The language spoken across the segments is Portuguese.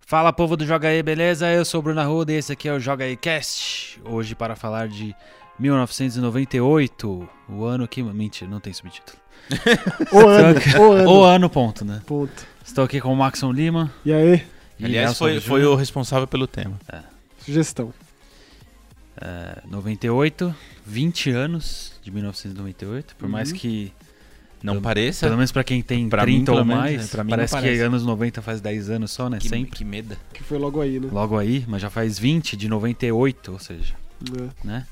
Fala povo do Joga aí, beleza? Eu sou o Bruno Arruda e esse aqui é o Joga aí Cast. Hoje para falar de 1998, o ano que... Mentira, não tem subtítulo. O ano, o ano. O ano, ponto, né? Ponto. Estou aqui com o Maxon Lima. E aí, e Aliás, Nelson foi, de foi Júnior. o responsável pelo tema. sugestão. É, 98, 20 anos de 1998, por mais que... Não Pelo- pareça? Pelo menos para quem tem Uhum. é- Pra mim, 30 ou pelo menos, mais, né? Pra mim não parece, que parece. anos 90 faz 10 anos só, né? que, Sempre. que medo. Que foi logo aí, né? Logo aí, mas já faz 20 de 98, ou seja... É.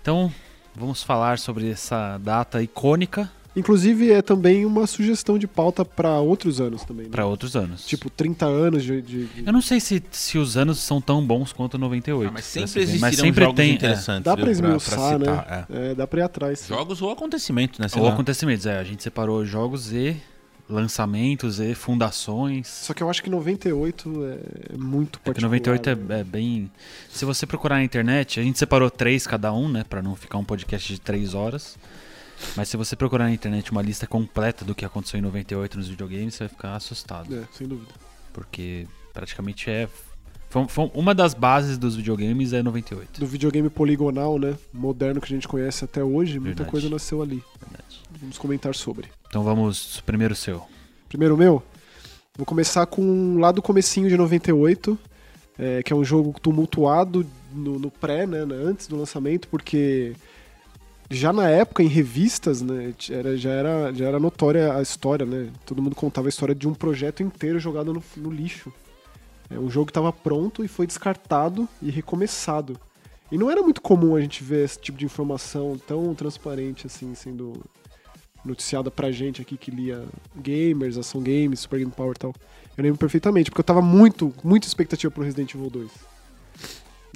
Então, vamos falar sobre essa data icônica Inclusive, é também uma sugestão de pauta pra outros anos também, né? para outros anos. Tipo, 30 anos de. de- de- eu não sei se, se os anos são tão bons quanto 98. Ah, pra assim, mas sempre ser bem, existirão mas sempre jogos tem, é, interessantes. Dá viu, pra esmiuçar, citar, né? é. É, dá pra ir atrás. Jogos ou acontecimentos, né? Sei ou lá. acontecimentos. É, a gente separou jogos e lançamentos e fundações. Só que eu acho que 98 é muito Porque particular. 98 é, né? é bem. Se você procurar na internet, a gente separou três cada um, né? Pra não ficar um podcast de três horas. Mas se você procurar na internet uma lista completa do que aconteceu em 98 nos videogames, você vai ficar assustado. É, sem dúvida. Porque praticamente é. foi- foi uma das bases dos videogames é 98. Do videogame poligonal, né? Moderno que a gente conhece até hoje, muita Verdade. coisa nasceu ali. Verdade. Vamos comentar sobre. Então vamos, primeiro o seu. Primeiro meu, vou começar com lá do comecinho de 98, é, que é um jogo tumultuado no, no pré, né, né, antes do lançamento, porque já na época em revistas, né, t- era, já, era, já era notória a história, né, todo mundo contava a história de um projeto inteiro jogado no, no lixo. É um jogo que estava pronto e foi descartado e recomeçado. E não era muito comum a gente ver esse tipo de informação tão transparente assim sendo noticiada pra gente aqui que lia gamers, ação games, Super Game Power e tal. Eu lembro perfeitamente, porque eu tava muito, muito expectativa pro Resident Evil 2.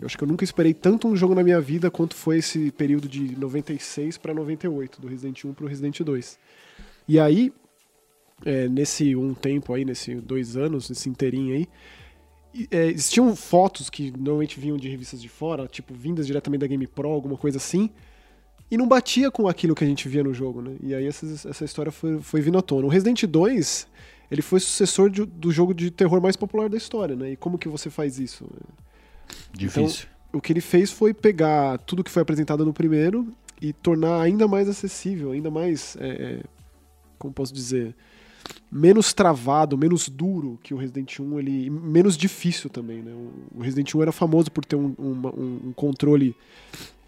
Eu acho que eu nunca esperei tanto um jogo na minha vida quanto foi esse período de 96 pra 98, do Resident 1 pro Resident 2. E aí, é, nesse um tempo aí, nesse dois anos, nesse inteirinho aí, e, é, existiam fotos que normalmente vinham de revistas de fora, tipo, vindas diretamente da Game Pro, alguma coisa assim, e não batia com aquilo que a gente via no jogo, né? E aí essas- essa história foi, foi vindo à tona. O Resident 2, ele foi sucessor de- do jogo de terror mais popular da história, né? E como que você faz isso? Difícil. o que ele fez foi pegar tudo que foi apresentado no primeiro e tornar ainda mais acessível, ainda mais, é, é, como posso dizer, menos travado, menos duro que o Resident 1, ele, e menos difícil também, né? O- O Resident 1 era famoso por ter um, uma- um- um controle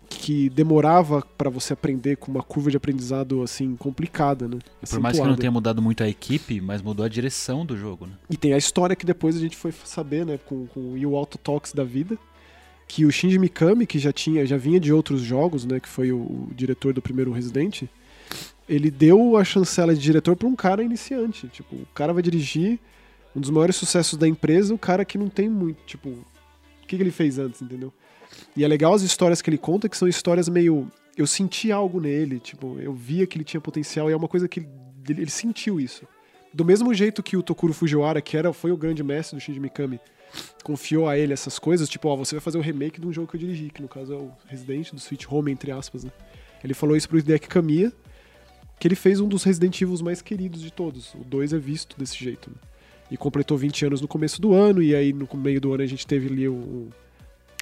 que demorava para você aprender com uma curva de aprendizado assim complicada, né? E por mais que não Acentuada. tenha mudado muito a equipe, mas mudou a direção do jogo, né? E tem a história que depois a gente foi saber, né, com, com o Yu Auto Talks da vida, que o Shinji Mikami, que já tinha, já vinha de outros jogos, né, que foi o, o diretor do primeiro Resident, ele deu a chancela de diretor para um cara iniciante, tipo, o cara vai dirigir um dos maiores sucessos da empresa, o cara que não tem muito, tipo, o que, que ele fez antes, entendeu? E é legal as histórias que ele conta, que são histórias meio eu senti algo nele, tipo, eu via que ele tinha potencial e é uma coisa que ele, ele- ele sentiu isso. Do mesmo jeito que o Tokuro Fujiwara, que era, foi o grande mestre do Shinji Mikami, confiou a ele essas coisas, tipo, ó, você vai fazer o remake de um jogo que eu dirigi, que no caso é o Resident do Sweet Home, entre aspas, né? Ele falou isso pro Hideki Kamiya, que ele fez um dos Resident Evil mais queridos de todos. O 2 é visto desse jeito. né? E completou 20 anos no começo do ano, e aí no meio do ano a gente teve ali o, o-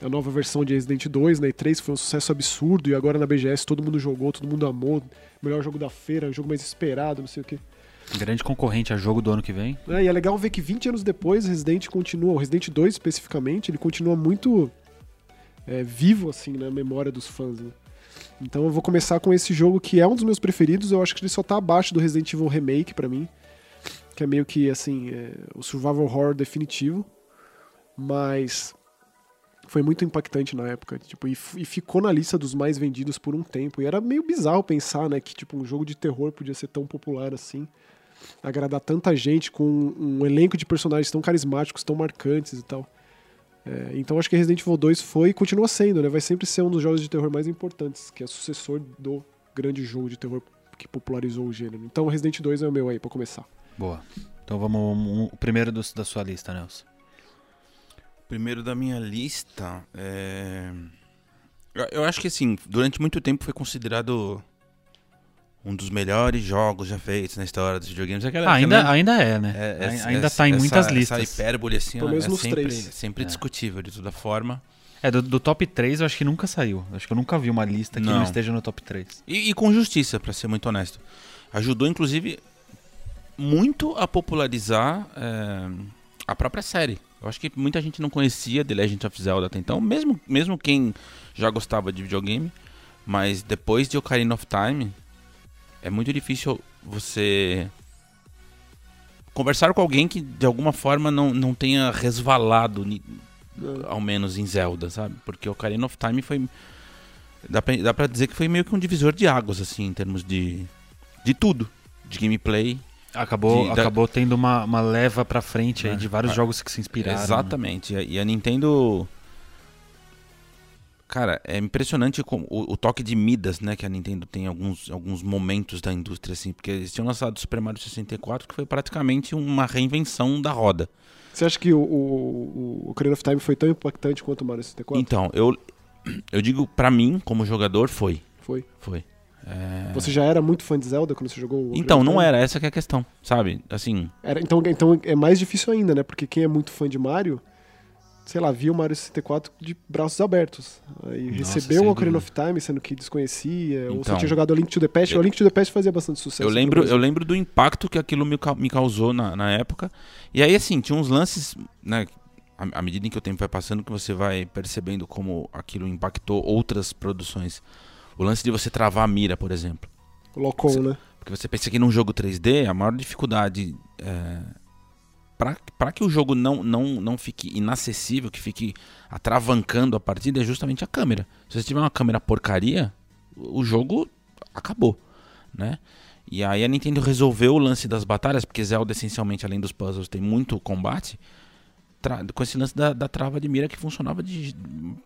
a nova versão de Resident 2, né? E 3 foi um sucesso absurdo, e agora na BGS todo mundo jogou, todo mundo amou. Melhor jogo da feira, jogo mais esperado, não sei o quê. Grande concorrente a jogo do ano que vem. É, e é legal ver que 20 anos depois, Resident continua, o Resident 2 especificamente, ele continua muito é, vivo, assim, na memória dos fãs. né? Então eu vou começar com esse jogo que é um dos meus preferidos, eu acho que ele só tá abaixo do Resident Evil Remake pra mim, que é meio que, assim, é, o survival horror definitivo, mas foi muito impactante na época, tipo, e, f- e ficou na lista dos mais vendidos por um tempo, e era meio bizarro pensar, né, que, tipo, um jogo de terror podia ser tão popular assim, agradar tanta gente com um elenco de personagens tão carismáticos, tão marcantes e tal. É, então acho que Resident Evil 2 foi e continua sendo, né? Vai sempre ser um dos jogos de terror mais importantes, que é sucessor do grande jogo de terror que popularizou o gênero. Então Resident 2 é o meu aí, pra começar. Boa. Então vamos um- o primeiro dos- da sua lista, Nelson. Primeiro da minha lista, é... eu, eu acho que assim, durante muito tempo foi considerado um dos melhores jogos já feitos na história dos videogames. Aquela, Ah, ainda, aquela- ainda é, né? é, Ai- essa- ainda essa- tá em essa- muitas Essa listas. hipérbole, assim, Pelo ó, menos é nos sempre, três. sempre É. discutível, de toda forma. É, do, do top 3 eu acho que nunca saiu. Acho que eu nunca vi uma lista que não, Não. esteja no top 3. E, e com justiça, pra ser muito honesto. Ajudou, inclusive, muito a popularizar é, a própria série. Eu acho que muita gente não conhecia The Legend of Zelda até então, mesmo, mesmo quem já gostava de videogame. Mas depois de Ocarina of Time, é muito difícil você conversar com alguém que de alguma forma não, não tenha resvalado ni- ao menos em Zelda, sabe? Porque Ocarina of Time foi. Dá pra, dá pra dizer que foi meio que um divisor de águas, assim, em termos de. de tudo. De gameplay. Acabou, De- da- acabou tendo uma, uma leva pra frente aí É, de vários é. jogos que se inspiraram. né? Exatamente. E a- E a Nintendo. Cara, é impressionante como o, o toque de Midas, né, que a Nintendo tem em alguns, alguns momentos da indústria, assim, porque eles tinham lançado o Super Mario 64, que foi praticamente uma reinvenção da roda. Você acha que o, o, o Ocarina of Time foi tão impactante quanto o Mario 64? Então, eu, eu digo pra mim, como jogador, foi. Foi. Foi. É, Você já era muito fã de Zelda quando você jogou o Ocarina Então, of não Time? era, essa que é a questão, sabe? Assim, Era- então, então é mais difícil ainda, né? Porque quem é muito fã de Mario, sei lá, viu o Mario 64 de braços abertos. Aí Nossa, recebeu sem o Ocarina of Time, sendo que desconhecia, ou só Então. tinha jogado o Link to the Past. Eu- o Link to the Past fazia bastante sucesso. eu no lembro, Brasil. eu lembro do impacto que aquilo me, cau- me causou na, na época. E aí, assim, tinha uns lances, né? À à medida em que o tempo vai passando, que você vai percebendo como aquilo impactou outras produções. O lance de você travar a mira, por exemplo. O Locon, né? Porque você pensa que num jogo 3D, a maior dificuldade é, para que o jogo não, não, não fique inacessível, que fique atravancando a partida, é justamente a câmera. Se você tiver uma câmera porcaria, o o jogo acabou, né? E aí a Nintendo resolveu o lance das batalhas, porque Zelda, essencialmente, além dos puzzles, tem muito combate, tra- com esse lance da, da trava de mira que funcionava de-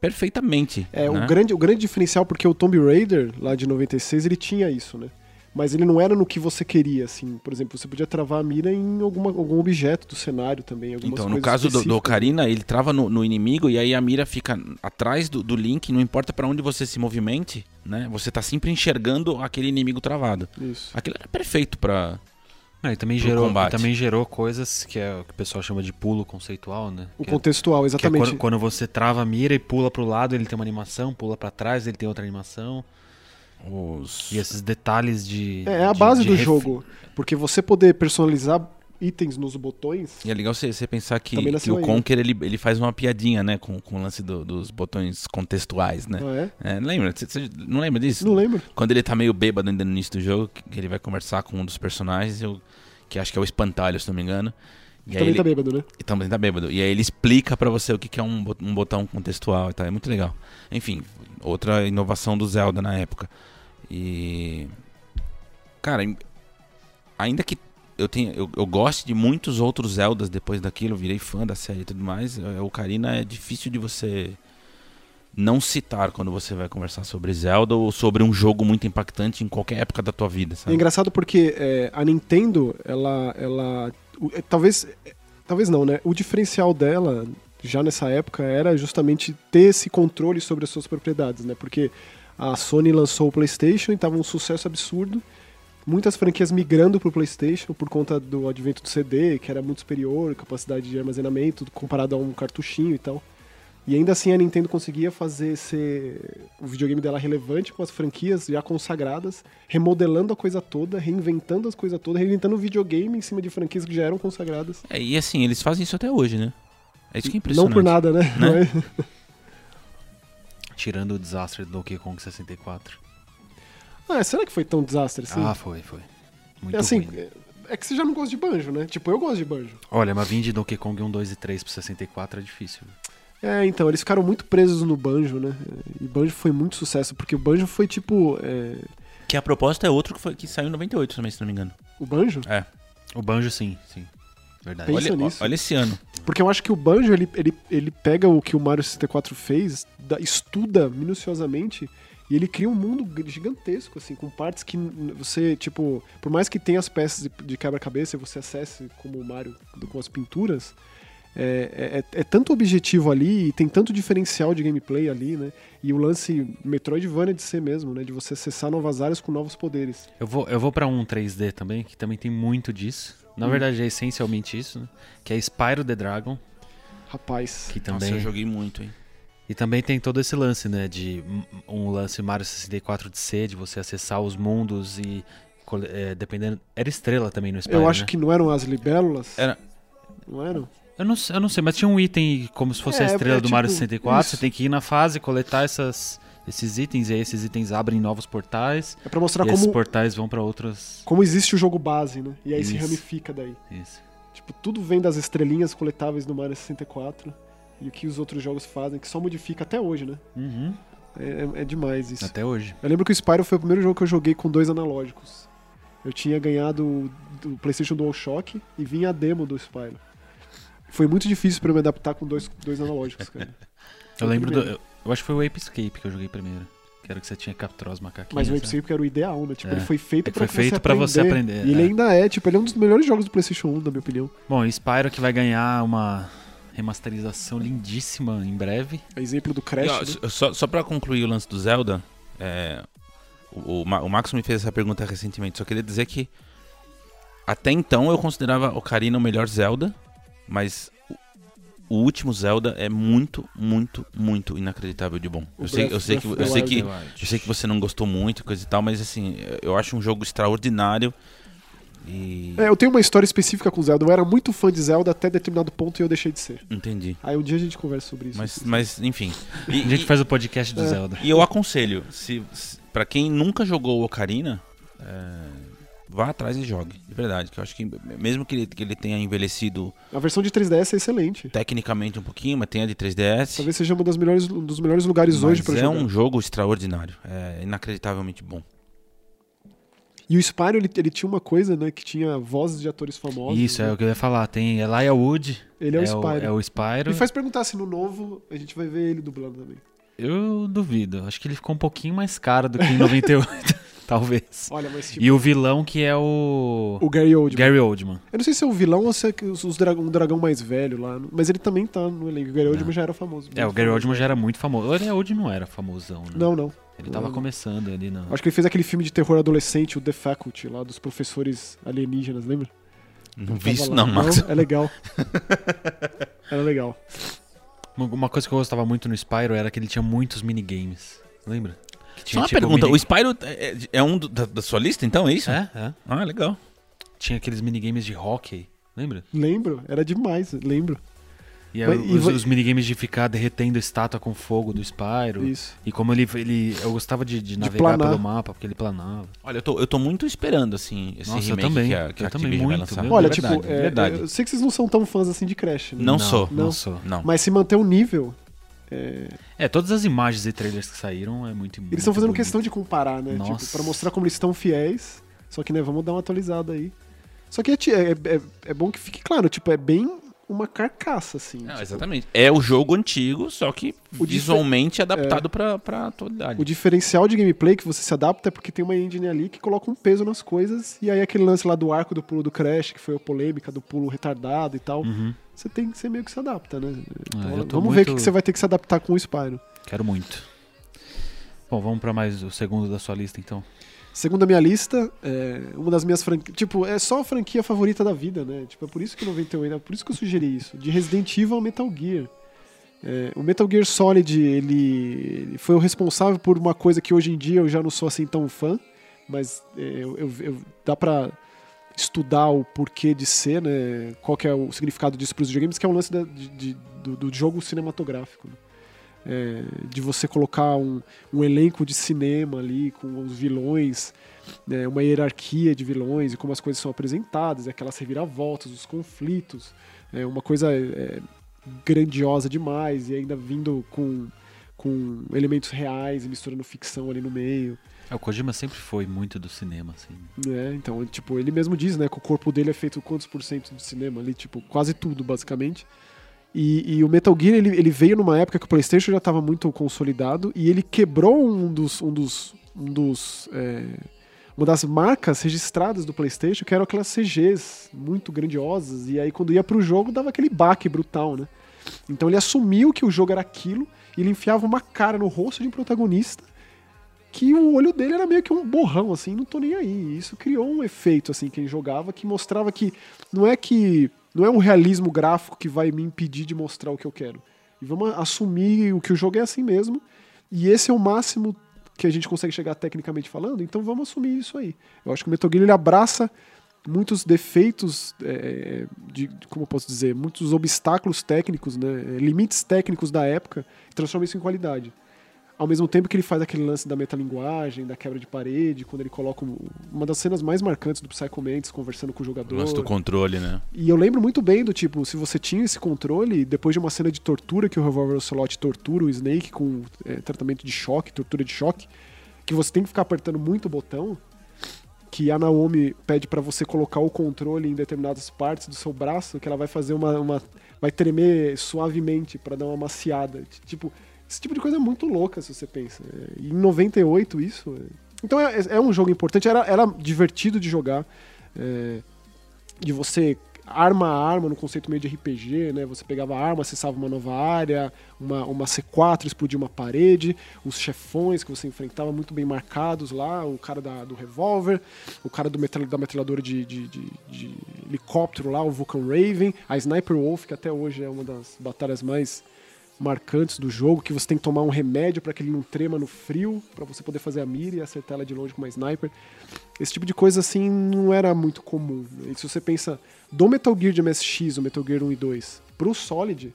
perfeitamente. É, né? o, grande, o grande diferencial, porque o Tomb Raider, lá de 96, ele tinha isso, né? Mas ele não era no que você queria, assim. Por exemplo, você podia travar a mira em alguma, algum objeto do cenário também. algumas Então, no coisas caso do, do específicas. né? Ocarina, ele trava no, no inimigo e aí a mira fica atrás do, do Link, não importa pra onde você se movimente, né? Você tá sempre enxergando aquele inimigo travado. Isso. Aquilo era perfeito pra. Ah, e também Pro gerou, e combate. também gerou coisas que é o que o pessoal chama de pulo conceitual, né? O Que é- contextual, que é exatamente. quando, quando você trava a mira e pula pro lado, ele tem uma animação, pula pra trás, ele tem outra animação. Os... E esses detalhes de. É, é a de- base de do ref- jogo. Porque você poder personalizar itens nos botões. E é legal você, você pensar que, Também que nasceu o aí. Conker ele, ele faz uma piadinha, né? Com, com o lance do- dos botões contextuais, né? Ah, é? É, lembra? Você- Você não lembra disso? Não lembro. Quando ele tá meio bêbado ainda no início do jogo, que que ele vai conversar com um dos personagens, eu- que acho que é o Espantalho, se não me engano. E aí Também ele- tá bêbado, né? E também tá bêbado. E aí ele explica pra você o que que é um bot- um botão contextual e tal. É muito legal. Enfim, outra inovação do Zelda na época. E. Cara, em- ainda que eu tenha. Eu, eu goste de muitos outros Zeldas depois daquilo, eu virei fã da série e tudo mais. é, O Ocarina é difícil de você não citar quando você vai conversar sobre Zelda ou sobre um jogo muito impactante em qualquer época da tua vida, É sabe? engraçado porque é, a Nintendo, ela. ela o- é, talvez. é, Talvez não, né? O diferencial dela, já nessa época, era justamente ter esse controle sobre as suas propriedades, né? Porque a Sony lançou o PlayStation e tava um sucesso absurdo. Muitas franquias migrando pro PlayStation por conta do advento do CD, que era muito superior, capacidade de armazenamento comparado a um cartuchinho e tal. E ainda assim a Nintendo conseguia fazer esse, o videogame dela relevante com as franquias já consagradas, remodelando a coisa toda, reinventando as coisas todas, reinventando o videogame em cima de franquias que já eram consagradas. É, e assim, eles fazem isso até hoje, né? É isso Não que é impressionante. por nada, né? Mas- Tirando o desastre do Donkey Kong 64. ah, será que foi tão desastre assim? Ah, foi, foi. Muito é assim, ruim. é que você já não gosta de banjo, né? Tipo, eu gosto de banjo. Olha, mas vir de Donkey Kong 1, 2 e 3 pro 64 é difícil. É, então, eles ficaram muito presos no banjo, né? E banjo foi muito sucesso, porque o banjo foi tipo. é, Que a proposta é outro que, foi, que saiu em 98 também, se não me engano. o banjo? É. O Banjo, sim, sim. Verdade. Pensa Olha, nisso. olha esse ano. Porque eu acho que o Banjo, ele, ele, ele pega o que o Mario 64 fez, da- estuda minuciosamente, e ele cria um mundo gr- gigantesco, assim, com partes que n- você, tipo, por mais que tenha as peças de, de quebra-cabeça e você acesse como o Mario do- com as pinturas, é, é, é tanto objetivo ali e tem tanto diferencial de gameplay ali, né? E o lance Metroidvania de ser mesmo, né? De você acessar novas áreas com novos poderes. Eu vou, eu vou para um 3D também, que também tem muito disso. Na Hum. verdade, é essencialmente isso, né? Que é Spyro the Dragon, Rapaz. que também... Nossa, eu joguei muito, hein? E também tem todo esse lance, né? De um lance Mario 64 de C, de você acessar os mundos e. cole- é, dependendo. Era estrela também no Spyro. Eu acho né? que não eram as libélulas? Era- Não eram? Eu não, sei- eu não sei, mas tinha um item como se fosse É, a estrela é do Mario tipo 64. Você isso. tem que ir na fase, coletar essas, esses itens, e aí esses itens abrem novos portais. É pra mostrar e esses como, portais vão pra outras. como existe o jogo base, né? E aí se Isso. ramifica daí. Isso. Tipo, tudo vem das estrelinhas coletáveis do Mario 64 e o que os outros jogos fazem, que só modifica até hoje, né? Uhum. É, é- é demais isso. Até hoje. Eu lembro que o Spyro foi o primeiro jogo que eu joguei com dois analógicos. Eu tinha ganhado o- do PlayStation DualShock e vinha a demo do Spyro. Foi muito difícil pra eu me adaptar com dois, dois analógicos, cara. Eu o lembro do. primeiro. Eu, eu acho que foi o Ape Escape que eu joguei primeiro. Que era que você tinha que capturar os macaquinhos. Mas o né? Ape Escape era o ideal, né? Tipo, É. ele foi É feito, que pra, foi feito você pra você aprender, E ele é. ainda é, tipo, ele é um dos melhores jogos do PlayStation 1, na minha opinião. Bom, e Spyro que vai ganhar uma remasterização lindíssima em breve. É exemplo do Crash. E, ó, né? s- só, só pra concluir o lance do Zelda, é, o, o, Ma- o Max me fez essa pergunta recentemente, só queria dizer que até então eu considerava Ocarina o melhor Zelda, mas o, o último Zelda é muito, muito, muito inacreditável de bom. O Eu sei, Breath eu sei of que, the eu sei Wild. que eu sei que você não gostou muito, coisa e tal, mas assim, eu acho um jogo extraordinário. E. É, eu tenho uma história específica com Zelda. Eu era muito fã de Zelda até determinado ponto e eu deixei de ser. Entendi. Aí um dia a gente conversa sobre isso. Assim, Mas, mas enfim. A gente faz o podcast do É. Zelda. E eu aconselho, se, se para quem nunca jogou o Ocarina, é, vá atrás e jogue, de verdade. Que eu acho que mesmo que ele, que ele tenha envelhecido A versão de 3DS é excelente. tecnicamente um pouquinho, mas tenha de 3DS, Talvez seja uma das melhores, um dos melhores lugares hoje pra mas é jogar. um jogo extraordinário, é inacreditavelmente bom. E o Spyro, ele, ele tinha uma coisa, né? Que tinha vozes de atores famosos. Isso, né? é o que eu ia falar. Tem Elijah Wood. Ele é o Spyro. é o Spyro. Me faz perguntar se no novo a gente vai ver ele dublando também. Eu duvido. Acho que ele ficou um pouquinho mais caro do que em 98, talvez. Olha, mas tipo, E o vilão que é o, o Gary Oldman. Gary Oldman. Eu não sei se é o vilão ou se é que os, os dra- um dragão mais velho lá. Mas ele também tá no elenco. O Gary Oldman já era famoso. É, o Gary Oldman já era muito famoso. O Gary Oldman não era famosão, né? Não, não. Ele tava não. começando ali na... Acho que ele fez aquele filme de terror adolescente, o The Faculty, lá dos professores alienígenas, lembra? Não Tava vi isso lá. não, Max. É legal. Era legal. Uma- Uma coisa que eu gostava muito no Spyro era que ele tinha muitos minigames. Lembra? Que Só uma tipo, pergunta, mini- o Spyro é, é um do- da, da sua lista, então, é isso? É, é. Ah, legal. Tinha aqueles minigames de hockey, lembra? Lembro, era demais, lembro. E, aí Mas- e os, vo- os minigames de ficar derretendo estátua com fogo do Spyro. Isso. E como ele, ele. Eu gostava de, de navegar planar. pelo mapa, porque ele planava. Olha, eu tô, eu tô muito esperando, assim, esse Nossa, eu remake também. que a, que a Eu também, Activision vai muito, lançar. viu? Olha, Verdade, tipo, é, verdade. eu sei que vocês não são tão fãs assim de Crash, né? Não sou. Não, Não. sou. Não. Mas se manter o nível. é, É, todas as imagens e trailers que saíram é muito eles estão fazendo questão de comparar, né? Nossa. Tipo, pra mostrar como eles estão fiéis. Só que, né, vamos dar uma atualizada aí. Só que é, ti- é, é- é bom que fique claro, tipo, é bem uma carcaça, assim. Não, tipo, exatamente. É o jogo antigo, só que O difer- é. visualmente adaptado pra, pra atualidade. O diferencial de gameplay que você se adapta é porque tem uma engine ali que coloca um peso nas coisas. E aí aquele lance lá do arco do pulo do Crash, que foi a polêmica do pulo retardado e tal. Uhum. É, Você tem que ser meio que se adapta, né? Então, Ah, eu vamos tô ver o muito- que que você vai ter que se adaptar com o Spyro. Quero muito. Bom, vamos pra mais o segundo da sua lista, então. Segundo a minha lista, é uma das minhas franquias. Tipo, é só a franquia favorita da vida, né? Tipo, é por isso que 98, é por isso que eu sugeri isso. De Resident Evil ao Metal Gear. É, o Metal Gear Solid, ele, ele foi o responsável por uma coisa que hoje em dia eu já não sou assim tão fã, mas é, eu, eu- eu- dá pra estudar o porquê de ser, né? Qual que é o significado disso pros videogames, que é o lance da- de- de- do, do jogo cinematográfico. né? É, de você colocar um, um elenco de cinema ali com os vilões, né, uma hierarquia de vilões e como as coisas são apresentadas, né, aquelas reviravoltas, os conflitos, é uma coisa é, grandiosa demais e ainda vindo com, com elementos reais e misturando ficção ali no meio. É, o Kojima sempre foi muito do cinema, assim. né? Então, ele, tipo, ele mesmo diz, né, que o corpo dele é feito quantos por cento do cinema ali, tipo, quase tudo, basicamente. E, e o Metal Gear, ele, ele veio numa época que o PlayStation já estava muito consolidado e ele quebrou um dos, um dos, um dos é, uma das marcas registradas do PlayStation, que eram aquelas CGs muito grandiosas, e aí quando ia pro jogo dava aquele baque brutal, né? Então ele assumiu que o jogo era aquilo, e ele enfiava uma cara no rosto de um protagonista, que o olho dele era meio que um borrão, assim, não tô nem aí. E Isso criou um efeito, assim, quem jogava, que mostrava que não é que. Não é um realismo gráfico que vai me impedir de mostrar o que eu quero. E vamos assumir o que o jogo é assim mesmo. E esse é o máximo que a gente consegue chegar tecnicamente falando, então vamos assumir isso aí. Eu acho que o Metal Gear ele abraça muitos defeitos, é, de, de- como eu posso dizer, muitos obstáculos técnicos, né, é, limites técnicos da época, e transforma isso em qualidade. Ao mesmo tempo que ele faz aquele lance da metalinguagem, da quebra de parede, quando ele coloca um- uma das cenas mais marcantes do Psycho Mantis conversando com o O jogador. lance do controle, né? E eu lembro muito bem do tipo, se você tinha esse controle, depois de uma cena de tortura que o Revolver Ocelot tortura o Snake com é, tratamento de choque, tortura de choque, que você tem que ficar apertando muito o botão, que a Naomi pede pra você colocar o controle em determinadas partes do seu braço, que ela vai fazer uma. uma- vai tremer suavemente pra dar uma maciada. T- Tipo, esse tipo de coisa é muito louca se você pensa. É, e Em 98, isso. é- Então é, é um jogo importante, era, era divertido de jogar. é, de você arma a arma no conceito meio de RPG, né? Você pegava a arma, acessava uma nova área, uma, uma C4 explodia uma parede, os chefões que você enfrentava muito bem marcados lá, o cara da- do revólver, o cara do metralha- da metralhadora de, de- de- de helicóptero lá, o Vulcan Raven, a Sniper Wolf, que até hoje é uma das batalhas mais marcantes do jogo, que você tem que tomar um remédio para que ele não trema no frio, para você poder fazer a mira e acertar ela de longe com uma sniper. Esse tipo de coisa assim não era muito comum. E se você pensa do Metal Gear de MSX, o Metal Gear 1 e 2, pro Solid,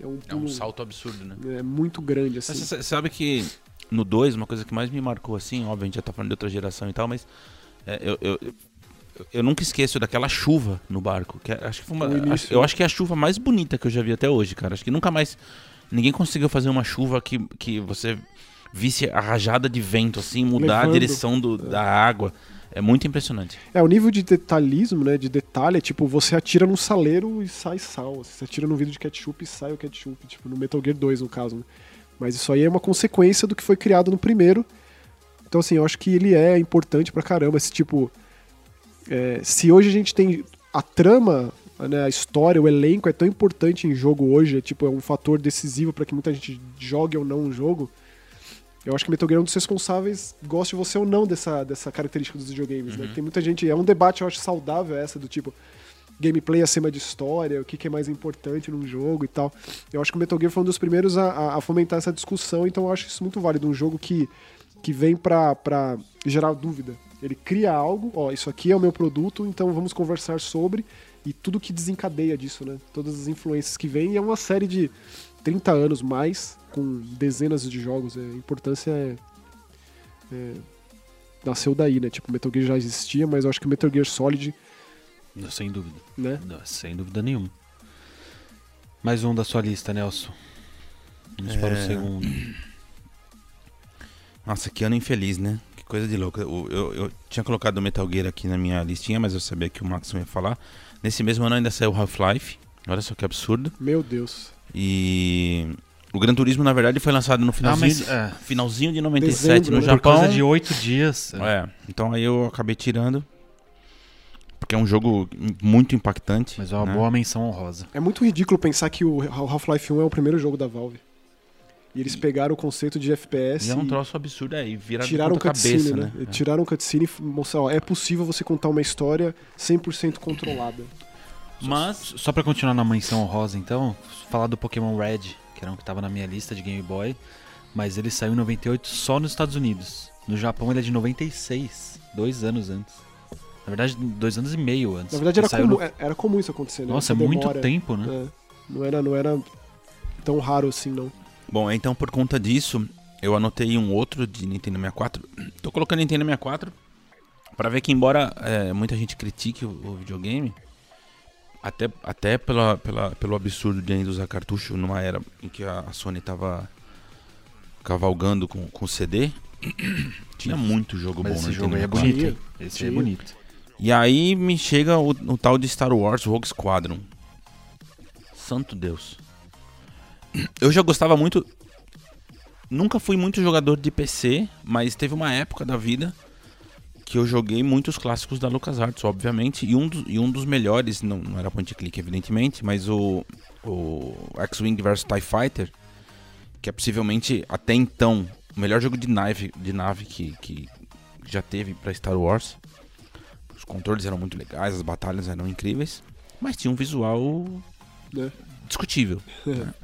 é um, É um pulo, salto absurdo, né? é, muito grande assim. Mas Você sabe que no 2, uma coisa que mais me marcou, assim, óbvio, a gente já tá falando de outra geração e tal, mas é, eu, eu, eu- eu nunca esqueço daquela chuva no barco. Que é- acho que foi uma- No início. acho- eu acho que é a chuva mais bonita que eu já vi até hoje, cara. Acho que nunca mais ninguém conseguiu fazer uma chuva que, que você visse a rajada de vento, assim, mudar Levando. a direção do- da água. É muito impressionante. É, o nível de detalhismo, né? De detalhe, é tipo, você atira num saleiro e sai sal. assim. Você atira num vidro de ketchup e sai o ketchup, tipo, no Metal Gear 2, no caso. né? Mas isso aí é uma consequência do que foi criado no primeiro. Então, assim, eu acho que ele é importante pra caramba. Esse tipo. é, se hoje a gente tem a trama, né, a história, o elenco é tão importante em jogo hoje, é, tipo, é um fator decisivo pra que muita gente jogue ou não um jogo. Eu acho que Metal Gear é um dos responsáveis, goste você ou não dessa, dessa característica dos videogames, né? Tem muita gente, é um debate, eu acho saudável essa, do tipo, gameplay acima de história, o que, que é mais importante num jogo e tal. Eu acho que o Metal Gear foi um dos primeiros a, a- a fomentar essa discussão, então eu acho isso muito válido, um jogo que, que vem pra, pra gerar dúvida. Ele cria algo, ó, isso aqui é o meu produto, então vamos conversar sobre, e tudo que desencadeia disso, né? Todas as influências que vem, e é uma série de 30 anos mais, com dezenas de jogos, é, a importância é, é, nasceu daí, né? Tipo, Metal Gear já existia, mas eu acho que o Metal Gear Solid, Não, Sem dúvida. né? Não, sem dúvida nenhuma. Mais um da sua lista, Nelson. Vamos para o É. segundo. Nossa, que ano infeliz, né? Que coisa de louco. Eu, eu, eu tinha colocado o Metal Gear aqui na minha listinha, mas eu sabia que o Max não ia falar. Nesse mesmo ano ainda saiu Half-Life. Olha só que absurdo. Meu Deus. E o Gran Turismo, na verdade, foi lançado no Ah, finalzinho, mas é, finalzinho de 97 Dezembro, no né? por Japão. causa de oito dias. é. É, então aí eu acabei tirando. Porque é um jogo muito impactante. Mas é uma né? boa menção honrosa. É muito ridículo pensar que o Half-Life 1 é o primeiro jogo da Valve. E eles pegaram o conceito de FPS E é um e troço absurdo aí, viraram tiraram contra a cutscene, cabeça, né? né? E Tiraram cutscene e f- mostraram, ó, é possível você contar uma história 100% controlada. Mas Só pra continuar na menção honrosa, então, falar do Pokémon Red, que era um que tava na minha lista de Game Boy, mas ele saiu em 98 só nos Estados Unidos. No Japão ele é de 96, dois anos antes. Na verdade, dois anos e meio antes. Na verdade, era Ele saiu comum, no- é- era comum isso acontecer, né? Nossa, é Essa muito demora, tempo, né? né? Não era, não era tão raro assim, não. Bom, então por conta disso, eu anotei um outro de Nintendo 64. Tô colocando Nintendo 64 pra ver que embora é, muita gente critique o, o videogame, até, até pela, pela, pelo absurdo de ainda usar cartucho numa era em que a, a Sony tava cavalgando com, com CD, tinha muito jogo Mas bom no esse jogo aí é Nintendo 64. bonito, Tinha, hein? Esse aí é tinha. bonito. E aí me chega o, o tal de Star Wars Rogue Squadron. Santo Deus. Eu já gostava muito. Nunca fui muito jogador de PC, mas teve uma época da vida que eu joguei muitos clássicos da LucasArts, obviamente, e um, dos, e um dos melhores, não, não era point and click, evidentemente, mas o, o X-Wing vs TIE Fighter, que é possivelmente, até então, o melhor jogo de nave, de nave que, que já teve para Star Wars. Os controles eram muito legais, as batalhas eram incríveis, mas tinha um visual né? discutível. É. né?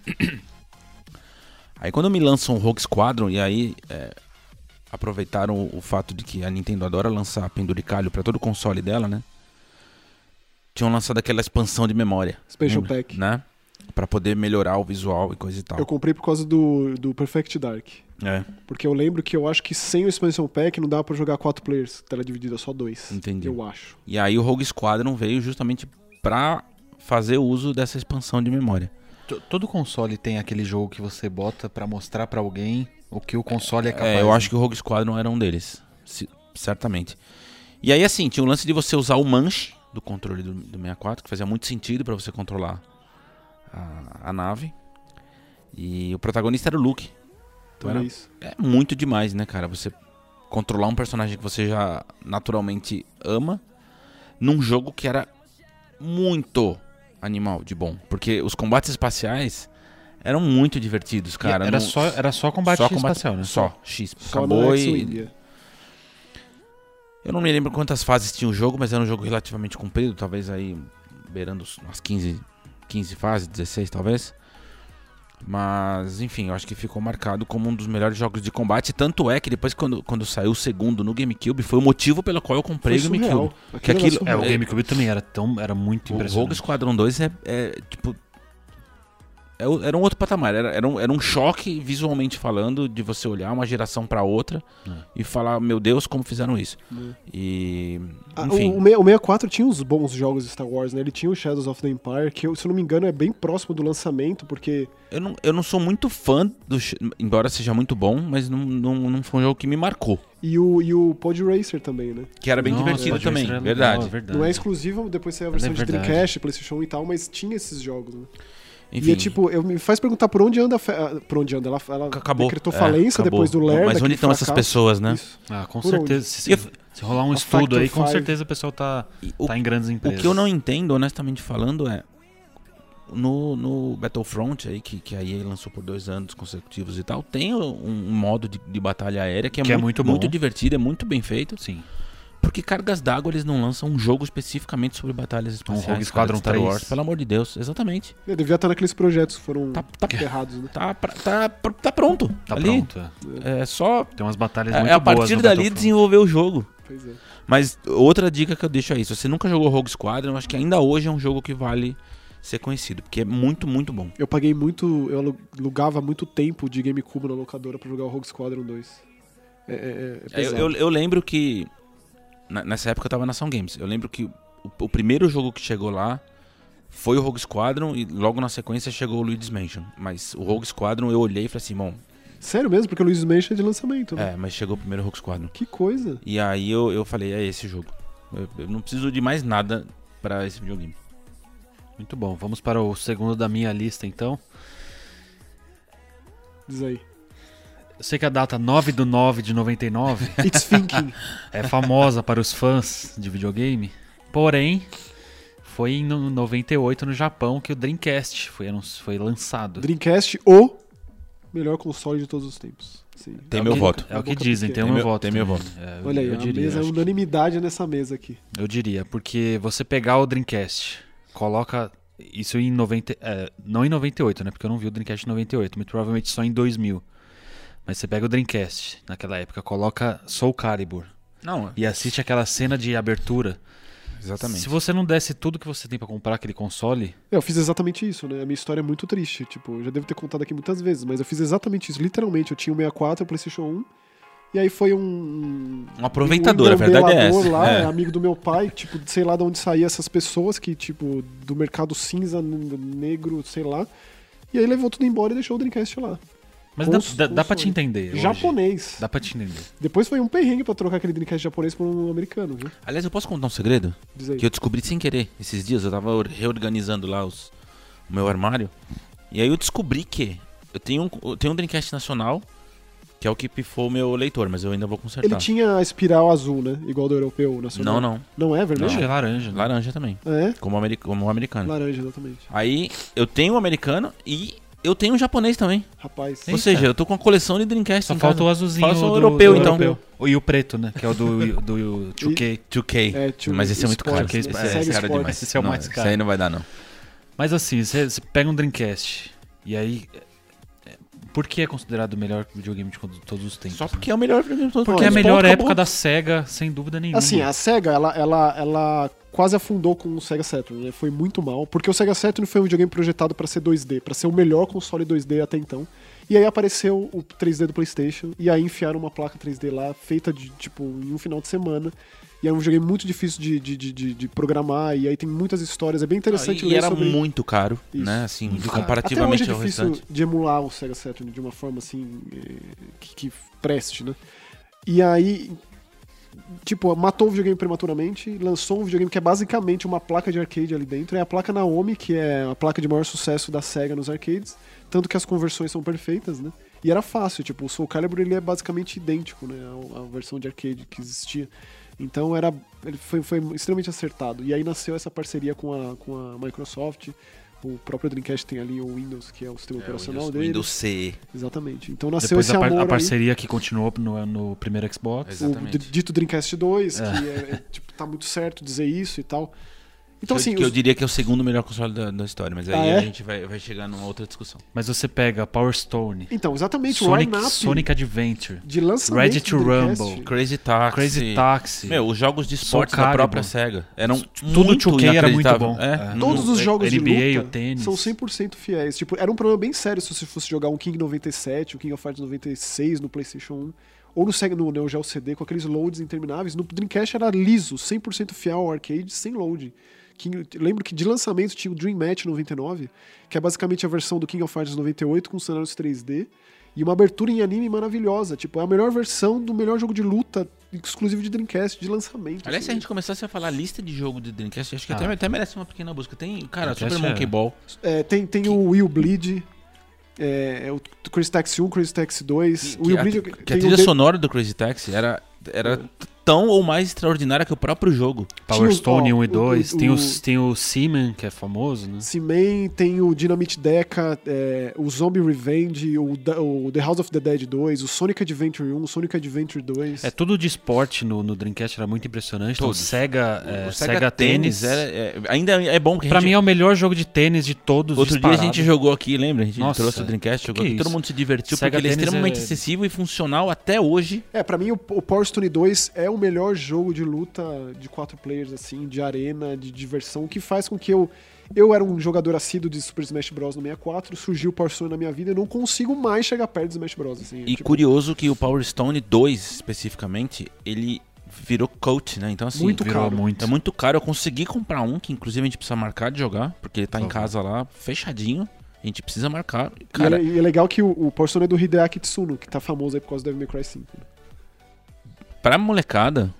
Aí quando me lançam o Rogue Squadron, e aí é, aproveitaram o, o fato de que a Nintendo adora lançar penduricalho para todo o console dela, né? Tinham lançado aquela expansão de memória. Special lembra? Pack. Né? Pra poder melhorar o visual e coisa e tal. Eu comprei por causa do, do Perfect Dark. É, Porque eu lembro que eu acho que sem o Expansion Pack não dava pra jogar quatro players, tela dividida, só dois. entendi. Eu acho. E aí o Rogue Squadron veio justamente pra fazer uso dessa expansão de memória. T- Todo console tem aquele jogo que você bota pra mostrar pra alguém o que o console é capaz. É, eu acho que o Rogue Squadron era um deles. se- certamente. E aí, assim, tinha o lance de você usar o manche do controle do, do 64, que fazia muito sentido pra você controlar a, a nave. E o protagonista era o Luke. Então Era- era isso. É muito demais, né, cara? Você controlar um personagem que você já naturalmente ama num jogo que era muito animal de bom. Porque os combates espaciais eram muito divertidos, E cara. era, Não- só, era só combate só espacial, né? Só, X. Só no Acabou X-Wing. é. e... Eu não me lembro quantas fases tinha o jogo, mas era um jogo relativamente comprido, talvez aí beirando os- umas 15, 15 fases, 16 talvez. Mas, enfim, eu acho que ficou marcado como um dos melhores jogos de combate. Tanto é que depois, quando, quando saiu o segundo no GameCube, foi o motivo pelo qual eu comprei Foi o GameCube. surreal. Aquilo aquilo- era É, surreal. o GameCube também era tão era muito O Rogue impressionante. Squadron 2 é, é, tipo. é o- era um outro patamar. Era, era um, era um choque, visualmente falando, de você olhar uma geração pra outra e falar: Meu Deus, como fizeram isso? Hum. E. Ah, Enfim. o, o meia- o 64 tinha uns bons jogos de Star Wars, né? Ele tinha o Shadows of the Empire, que, eu- se eu não me engano, é bem próximo do lançamento, porque Eu não, eu não sou muito fã do. Sh- Embora seja muito bom, mas não, não, não foi um jogo que me marcou. E o, e o Pod Racer também, né? Que era é bem Nossa, divertido pode ver, também, isso era legal, verdade. é verdade. Não é exclusivo, depois saiu a versão de verdade. Dreamcast, PlayStation 1 e tal, mas tinha esses jogos, né? Enfim, E é tipo, eu me faz perguntar por onde anda a fe... ah, por onde anda ela, ela acabou. decretou É, falência acabou. depois do Ler, Mas onde estão essas pessoas, né? Isso. Ah, com Por certeza. Se, E- se- se rolar um a estudo Factor aí, com Five. certeza o pessoal tá, E O, tá em grandes o empresas. que eu não entendo, honestamente falando, é. No, no Battlefront, aí, que, que a EA lançou por dois anos consecutivos e tal, tem um um modo de, de batalha aérea que é, Que é muito bom. muito divertido, é muito bem feito. Sim. Porque cargas d'água eles não lançam um jogo especificamente sobre batalhas espaciais. Um Rogue cara, Squadron de Star 3. Wars, pelo amor de Deus, exatamente. É, devia estar naqueles projetos que foram Tá, tá, errados, né? tá, pra- tá, pr- tá pronto. Tá ali. pronto. é. É só. Tem umas batalhas muito É, a boas partir no dali Battlefront. desenvolver o jogo. Pois é. Mas outra dica que eu deixo aí: se você nunca jogou Rogue Squadron, acho que ainda hoje é um jogo que vale ser conhecido, porque é muito, muito bom. Eu paguei muito, eu alu- alugava muito tempo de GameCube na locadora pra jogar o Rogue Squadron 2. É, é, é, é Eu, pesado. eu- eu lembro que. na- nessa época eu tava na Ação Games. Eu lembro que o, o primeiro jogo que chegou lá foi o Rogue Squadron e logo na sequência chegou o Luigi's Mansion. Mas o Rogue Squadron eu olhei e falei assim: bom, Sério mesmo, porque o Luigi's Mansion é de lançamento, né? é, mas chegou o primeiro Rogue Squadron. Que coisa. E aí eu, eu falei: é esse jogo. Eu, eu não preciso de mais nada pra esse videogame. Muito bom. Vamos para o segundo da minha lista, então. Diz aí. Eu sei que a data 9 do 9 de 99 It's Thinking. é famosa para os fãs de videogame. Porém, foi em no- 98 no Japão que o Dreamcast foi, anun- foi lançado. Dreamcast, o melhor console de todos os tempos. Sim. Tem É o meu que- voto. É o que Boca dizem, pequena. tem, Tem o meu meu- voto. tem meu também. É, eu- Olha aí, eu diria, a mesa é acho que- unanimidade nessa mesa aqui. Eu diria, porque você pegar o Dreamcast, coloca isso em 90, é, não em 98, né? Porque eu não vi o Dreamcast em 98, muito provavelmente só em 2000. Mas você pega o Dreamcast naquela época, coloca Soul Calibur Não, é, e assiste aquela cena de abertura. exatamente. Se você não desse tudo que você tem pra comprar aquele console, É, Eu fiz exatamente isso, né? A minha história é muito triste. Tipo, eu já devo ter contado aqui muitas vezes, mas eu fiz exatamente isso. Literalmente, eu tinha um o 64, o PlayStation 1. E aí foi um. Um aproveitador, a verdade é embrelador essa. lá, né? É. amigo do meu pai, que, tipo, sei lá de onde saía essas pessoas que, tipo, do mercado cinza, n- negro, sei lá. E aí levou tudo embora e deixou o Dreamcast lá. mas Cons- dá, dá, dá pra te console. entender. hoje. Japonês. Dá pra te entender. Depois foi um perrengue pra trocar aquele Dreamcast japonês por um americano, viu? Aliás, eu posso contar um segredo? Diz aí. Que eu descobri sem querer esses dias. Eu tava or- reorganizando lá os, o meu armário. E aí eu descobri que eu tenho um, eu tenho um Dreamcast nacional, Que é o que pifou meu leitor, mas eu ainda vou consertar. Ele tinha a espiral azul, né? Igual do europeu nacional. tá. né? Não, não. Não é Acho que é vermelho? laranja. né? Laranja também. É? Como, ameri- como o americano. Laranja, exatamente. Aí eu tenho o americano e eu tenho o japonês também. Rapaz. Eita. Ou seja, eu tô com a coleção de Dreamcast. Só em falta casa. o azulzinho. Fala só o do- europeu, do então. europeu. E o preto, né? Que é o do, do 2K. 2K. É, tio, mas esse é muito caro. esportes, né? Esse é, Segue caro esportes. demais. Esse é o Não, mais Esse caro. aí não vai dar, não. Mas assim, você você pega um Dreamcast e aí. é, Por que é considerado o melhor videogame de todos os tempos? Só né? porque é o melhor videogame de todos Porque é os a tempos. melhor Ponto, época acabou. da SEGA, sem dúvida nenhuma. Assim, a SEGA, ela, ela, ela quase afundou com o Sega Saturn, né? Foi muito mal. Porque o Sega Saturn foi um videogame projetado pra ser 2D, pra ser o melhor console 2D até então. E aí apareceu o 3D do PlayStation, e aí enfiaram uma placa 3D lá, feita de, tipo, em um final de semana. E era um videogame muito difícil de, de, de, de- de programar, e aí tem muitas histórias, é bem interessante Ah, E ler era sobre... muito caro, Isso. né? Assim, Muito caro. Até hoje comparativamente é ao difícil restante. de emular o Sega Saturn de uma forma assim eh, que, que preste, né? E aí, tipo, matou o videogame prematuramente, lançou um videogame que é basicamente uma placa de arcade ali dentro, é a placa Naomi, que é a placa de maior sucesso da Sega nos arcades, tanto que as conversões são perfeitas, né? E era fácil, tipo, o Soul Calibur ele é basicamente idêntico, né, ao- à, versão de arcade que existia. Então era ele foi, foi extremamente acertado. E aí nasceu essa parceria com a, com a Microsoft. O próprio Dreamcast tem ali o Windows, que é o sistema É, operacional Windows, dele. Windows CE. Exatamente. Então nasceu Depois esse a, par- amor a aí. parceria que continuou no, no primeiro É. Xbox. o Exatamente. d- dito Dreamcast 2, É. que é, é, tipo, tá muito certo dizer isso e tal. Então, Que eu- assim, que eu os- diria que é o segundo melhor console da, da história, mas aí Ah, é? a gente vai, vai chegar numa outra discussão. Mas você pega Power Stone, então, exatamente, o Sonic, line-up Sonic Adventure, de lançamento Ready to do Dreamcast, Rumble. Crazy Taxi. Crazy Taxi. Meu, os jogos de esporte Soul da própria Calibur. SEGA eram Tudo muito 2K era muito inacreditável. bom. É, É. não- Todos os é, jogos de NBA, luta o tênis. são 100% fiéis. Tipo, era um problema bem sério se você fosse jogar um King 97, o King of Fighters 96 no PlayStation 1, ou no, Sega- no Neo Geo CD com aqueles loads intermináveis. No Dreamcast era liso, 100% fiel ao arcade, sem load. King- lembro que de lançamento tinha o Dream Match 99, que é basicamente a versão do King of Fighters 98 com cenários 3D e uma abertura em anime maravilhosa. Tipo, é a melhor versão do melhor jogo de luta exclusivo de Dreamcast de lançamento. Aliás, se assim. a gente começasse a falar lista de jogo de Dreamcast, acho que Ah. até, até merece uma pequena busca. Tem, cara, Dreamcast Super é- Monkey Ball. É, tem tem o Will Bleed, é, é o Chris Taxi 1, Chris Taxi 2. Que, o Will a, Bleed que a tem trilha o de- sonora do Crazy Taxi era, era t- tão ou mais extraordinária que o próprio jogo. Power tinha o- Stone ó, 1 e o- 2. tem, o- os, tem o Seaman, que é famoso, né? Seaman, tem o Dynamite Deca, é, o Zombie Revenge, o, Da- o The House of the Dead 2, o Sonic Adventure 1, o Sonic Adventure 2. É, tudo de esporte no, no Dreamcast era muito impressionante. Então, Todos. Sega, é, o Sega, Tênis. era- é- ainda é bom que a Pra gente- mim é o melhor jogo de tênis de todos Outro dia a disparado. gente jogou aqui, lembra? A gente Nossa, trouxe o Dreamcast, jogou que aqui, isso? todo mundo se divertiu, Sega porque ele é Tennis extremamente é- acessível e funcional até hoje. É, pra mim o, o Power Stone 2 é o melhor jogo de luta de quatro players, assim, de arena, de diversão, que faz com que eu. Eu era um jogador assíduo de Super Smash Bros. no 64, surgiu o Power Stone na minha vida, eu não consigo mais chegar perto de Smash Bros. Assim, E tipo, curioso que o Power Stone 2, especificamente, ele virou coach, né? Então, assim, Muito Virou caro. muito. é muito caro. Eu consegui comprar um, que inclusive a gente precisa marcar de jogar, porque ele tá em Por favor. casa lá, fechadinho. A gente precisa marcar. E é Cara, le- e é legal que o, o Power Stone é do Hideaki Tsuno, que tá famoso aí por causa do Devil May Cry 5. né? pra molecada,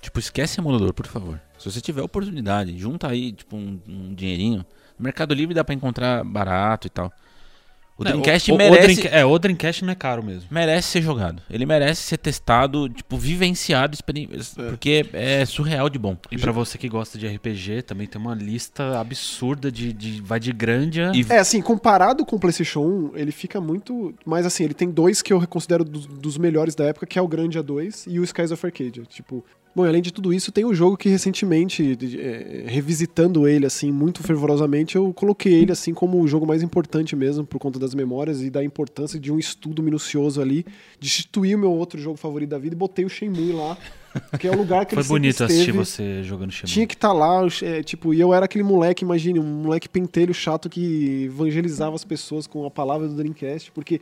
tipo, esquece emulador, por favor. Se você tiver oportunidade, junta aí, tipo, um, um dinheirinho. No Mercado Livre dá pra encontrar barato e tal. O Não, Dreamcast É, o- o merece... Dreamca- é, o Dreamcast não é caro mesmo. merece ser jogado. Ele merece ser testado, tipo, vivenciado, experi- porque é surreal de bom. E pra você que gosta de RPG, também tem uma lista absurda de. de- vai de grande a. E- É, assim, comparado com o PlayStation 1, ele fica muito. Mas, assim, ele tem dois que eu considero dos, dos melhores da época, que é o Grande A2 e o Skies of Arcadia. Tipo. Bom, e além de tudo isso, tem um jogo que recentemente, de- é, revisitando ele, assim, muito fervorosamente, eu coloquei ele, assim, como o jogo mais importante mesmo, por conta das memórias e da importância de um estudo minucioso ali. Destituí o meu outro jogo favorito da vida e botei o Shenmue lá, que é o lugar que Foi ele sempre bonito assistir esteve. você jogando Shaman. Tinha que estar lá, é, tipo, e eu era aquele moleque, imagine, um moleque pentelho chato que evangelizava as pessoas com a palavra do Dreamcast, porque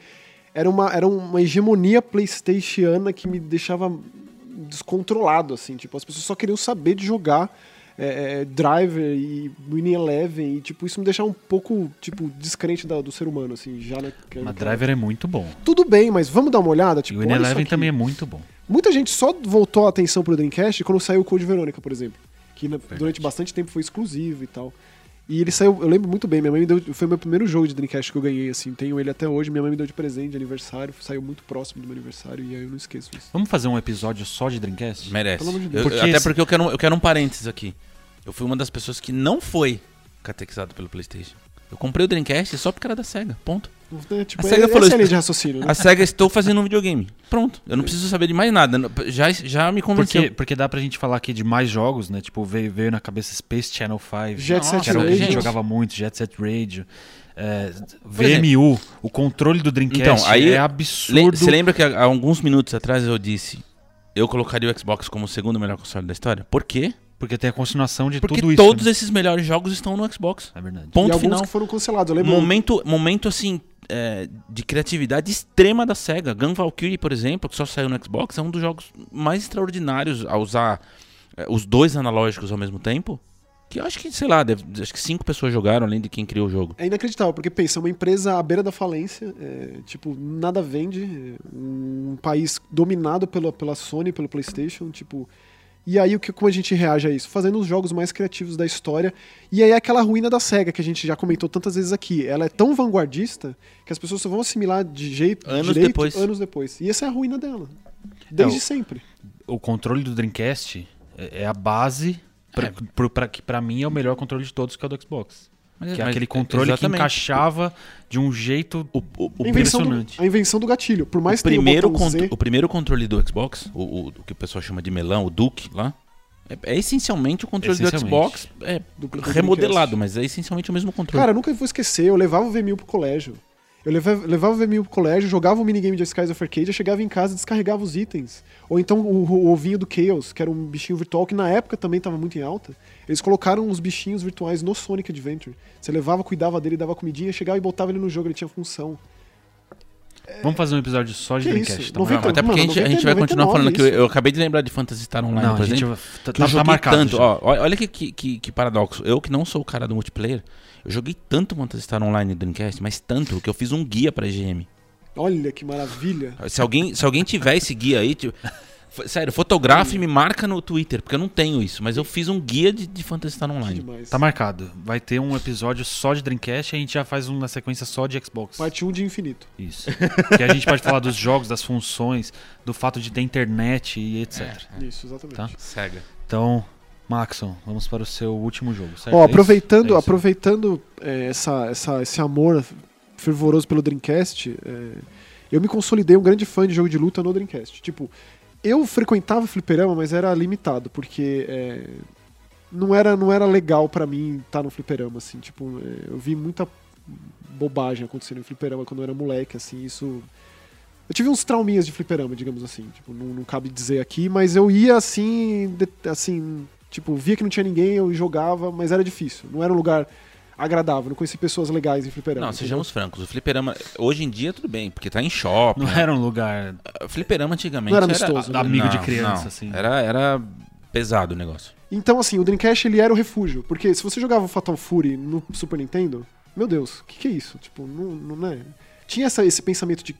era uma, era uma hegemonia playstatiana que me deixava descontrolado, assim, tipo, as pessoas só queriam saber de jogar é, é, Driver e Winning Eleven, e tipo, isso me deixava um pouco, tipo, descrente da- do ser humano, assim, já na... Mas Driver é muito bom. Tudo bem, mas vamos dar uma olhada, E tipo, o olha isso Eleven aqui. também é muito bom. Muita gente só voltou a atenção pro Dreamcast quando saiu o Code Verônica, por exemplo. Que na- durante bastante tempo foi exclusivo e tal. E ele saiu, eu lembro muito bem, minha mãe me deu, foi o meu primeiro jogo de Dreamcast que eu ganhei, assim, tenho ele até hoje, minha mãe me deu de presente de aniversário, saiu muito próximo do meu aniversário e aí eu não esqueço isso. Vamos fazer um episódio só de Dreamcast? Merece. Pelo amor de Eu- Deus. eu- Porque até esse- porque eu quero, um- eu quero um parênteses aqui. Eu fui uma das pessoas que não foi catequizado pelo PlayStation. Eu comprei o Dreamcast só porque era da SEGA. Ponto. É, tipo, A é, SEGA essa falou é a linha isso. de raciocínio, né? A SEGA estou fazendo um videogame. Pronto. Eu não preciso saber de mais nada. Não- Já, já me convenceu. Porque, porque dá pra gente falar aqui de mais jogos, né? Tipo, veio, veio na cabeça Space Channel 5. Jet Nossa, que Set era o que a gente Radio. jogava muito, Jet Set Radio. é, exemplo. VMU, o controle do Dreamcast Então, aí- é Le- absurdo. Você lembra que há há alguns minutos atrás eu disse eu colocaria o Xbox como o segundo melhor console da história? Por quê? Porque tem a continuação de Porque tudo isso. todos né? esses melhores jogos estão no Xbox. É verdade. e Ponto alguns final. que foram cancelados, eu lembro. Momento, momento assim, é, de criatividade extrema da SEGA. Gun Valkyrie, por exemplo, que só saiu no Xbox, é um dos jogos mais extraordinários a usar é, os dois analógicos ao mesmo tempo. Que eu acho que, sei lá, deve- acho que cinco pessoas jogaram além de quem criou o jogo. É inacreditável, porque pensa, uma empresa à beira da falência, é, tipo, nada vende, é, um país dominado pela, pela Sony, pelo PlayStation, tipo. E aí, o que, como a gente reage a isso? Fazendo os jogos mais criativos da história. E aí, é aquela ruína da SEGA que a gente já comentou tantas vezes aqui. Ela é tão vanguardista que as pessoas só vão assimilar de jeito. Anos direito, depois. Anos depois. E essa é a ruína dela. Desde É, o- sempre. O controle do Dreamcast é é a base pra, pro- pra- que pra mim é o melhor controle de todos, que é o do Xbox. Mas- Que é mas- aquele controle exatamente. que encaixava de um jeito O, o- o A invenção, do, impressionante. a invenção do gatilho. Por mais o primeiro, que tenha o botão contro- Z, o primeiro controle do Xbox, o, o- o que o pessoal chama de melão, o Duke lá, é, é essencialmente o controle do Essencialmente. Xbox é, do- do remodelado, mas é essencialmente o mesmo controle. Cara, eu nunca vou esquecer, eu levava o V1000 pro colégio. Eu levava, levava o V1000 pro colégio, jogava o minigame de Skies of Arcadia, chegava em casa e descarregava os itens. Ou então o, o ovinho do Chaos, que era um bichinho virtual que na época também tava muito em alta. Eles colocaram os bichinhos virtuais no Sonic Adventure. Você levava, cuidava dele, dava comidinha, chegava e botava ele no jogo, ele tinha função. Vamos fazer um episódio só de Que Dreamcast, isso? tá? Não bom? vem Não, até porque mano, a gente, a gente vai 99 continuar falando que eu, isso. eu acabei de lembrar de Phantasy Star Online, Não, por a gente exemplo. tá, que tá eu joguei marcado. tanto, já. ó, olha olha que, que, que- que paradoxo. Eu que não sou o cara do multiplayer, eu joguei tanto Phantasy Star Online e Dreamcast, mas tanto que eu fiz um guia pra GM. Olha que maravilha. Se alguém, se alguém tiver esse guia aí, tipo, f- sério, fotografe e me marca no Twitter, porque eu não tenho isso, mas eu fiz um guia de, de Phantasy Star Que Online. demais. Tá marcado. Vai ter um episódio só de Dreamcast e a gente já faz uma sequência só de Xbox. Parte 1 de infinito. Isso. que a gente pode falar dos jogos, das funções, do fato de ter internet e etc. É. Isso, exatamente. Tá. Sega. Então, Maxon, vamos para o seu último jogo, certo? Ó, É isso? É aproveitando, isso. aproveitando é, essa, essa, esse amor fervoroso pelo Dreamcast, é, eu me consolidei um grande fã de jogo de luta no Dreamcast. Tipo, eu frequentava fliperama, mas era limitado, porque é, não, era, não era legal pra mim estar no fliperama, assim. Tipo, é, eu vi muita bobagem acontecendo em fliperama quando eu era moleque, assim, isso... Eu tive uns trauminhas de fliperama, digamos assim. Tipo, não, não cabe dizer aqui, mas eu ia assim, de- assim, tipo, via que não tinha ninguém, eu jogava, mas era difícil. Não era um lugar agradável, não conheci pessoas legais em fliperama. Não, entendeu? sejamos francos, o fliperama, hoje em dia tudo bem, porque tá em shopping. Não era um lugar. O Fliperama antigamente é? Não era amistoso, né? Amigo de criança, assim. Era, era pesado o negócio. Então, assim, o Dreamcast ele era o refúgio. Porque se você jogava o Fatal Fury no Super Nintendo, meu Deus, o que, que é isso? Tipo, não, não é. Tinha essa- esse pensamento de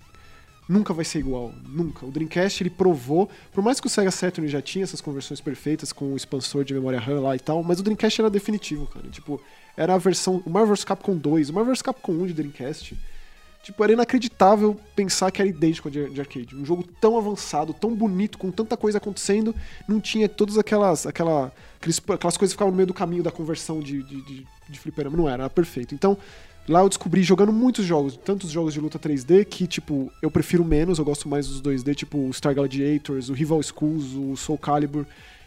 nunca vai ser igual, nunca. O Dreamcast ele provou, por mais que o Sega Saturn já tinha essas conversões perfeitas com o expansor de memória RAM lá e tal, mas o Dreamcast era definitivo, cara. Tipo, era a versão, o Marvel vs Capcom 2, o Marvel vs Capcom 1 de Dreamcast. Tipo, era inacreditável pensar que era idêntico ao de, de arcade. Um jogo tão avançado, tão bonito, com tanta coisa acontecendo, não tinha todas aquelas aquela, aqueles- aquelas coisas que ficavam no meio do caminho da conversão de, de, de, de fliperama. Não era, era perfeito. Então, lá eu descobri, jogando muitos jogos, tantos jogos de luta 3D, que, tipo, eu prefiro menos, eu gosto mais dos 2D, tipo o Star Gladiators, o Rival Schools, o Soul Calibur,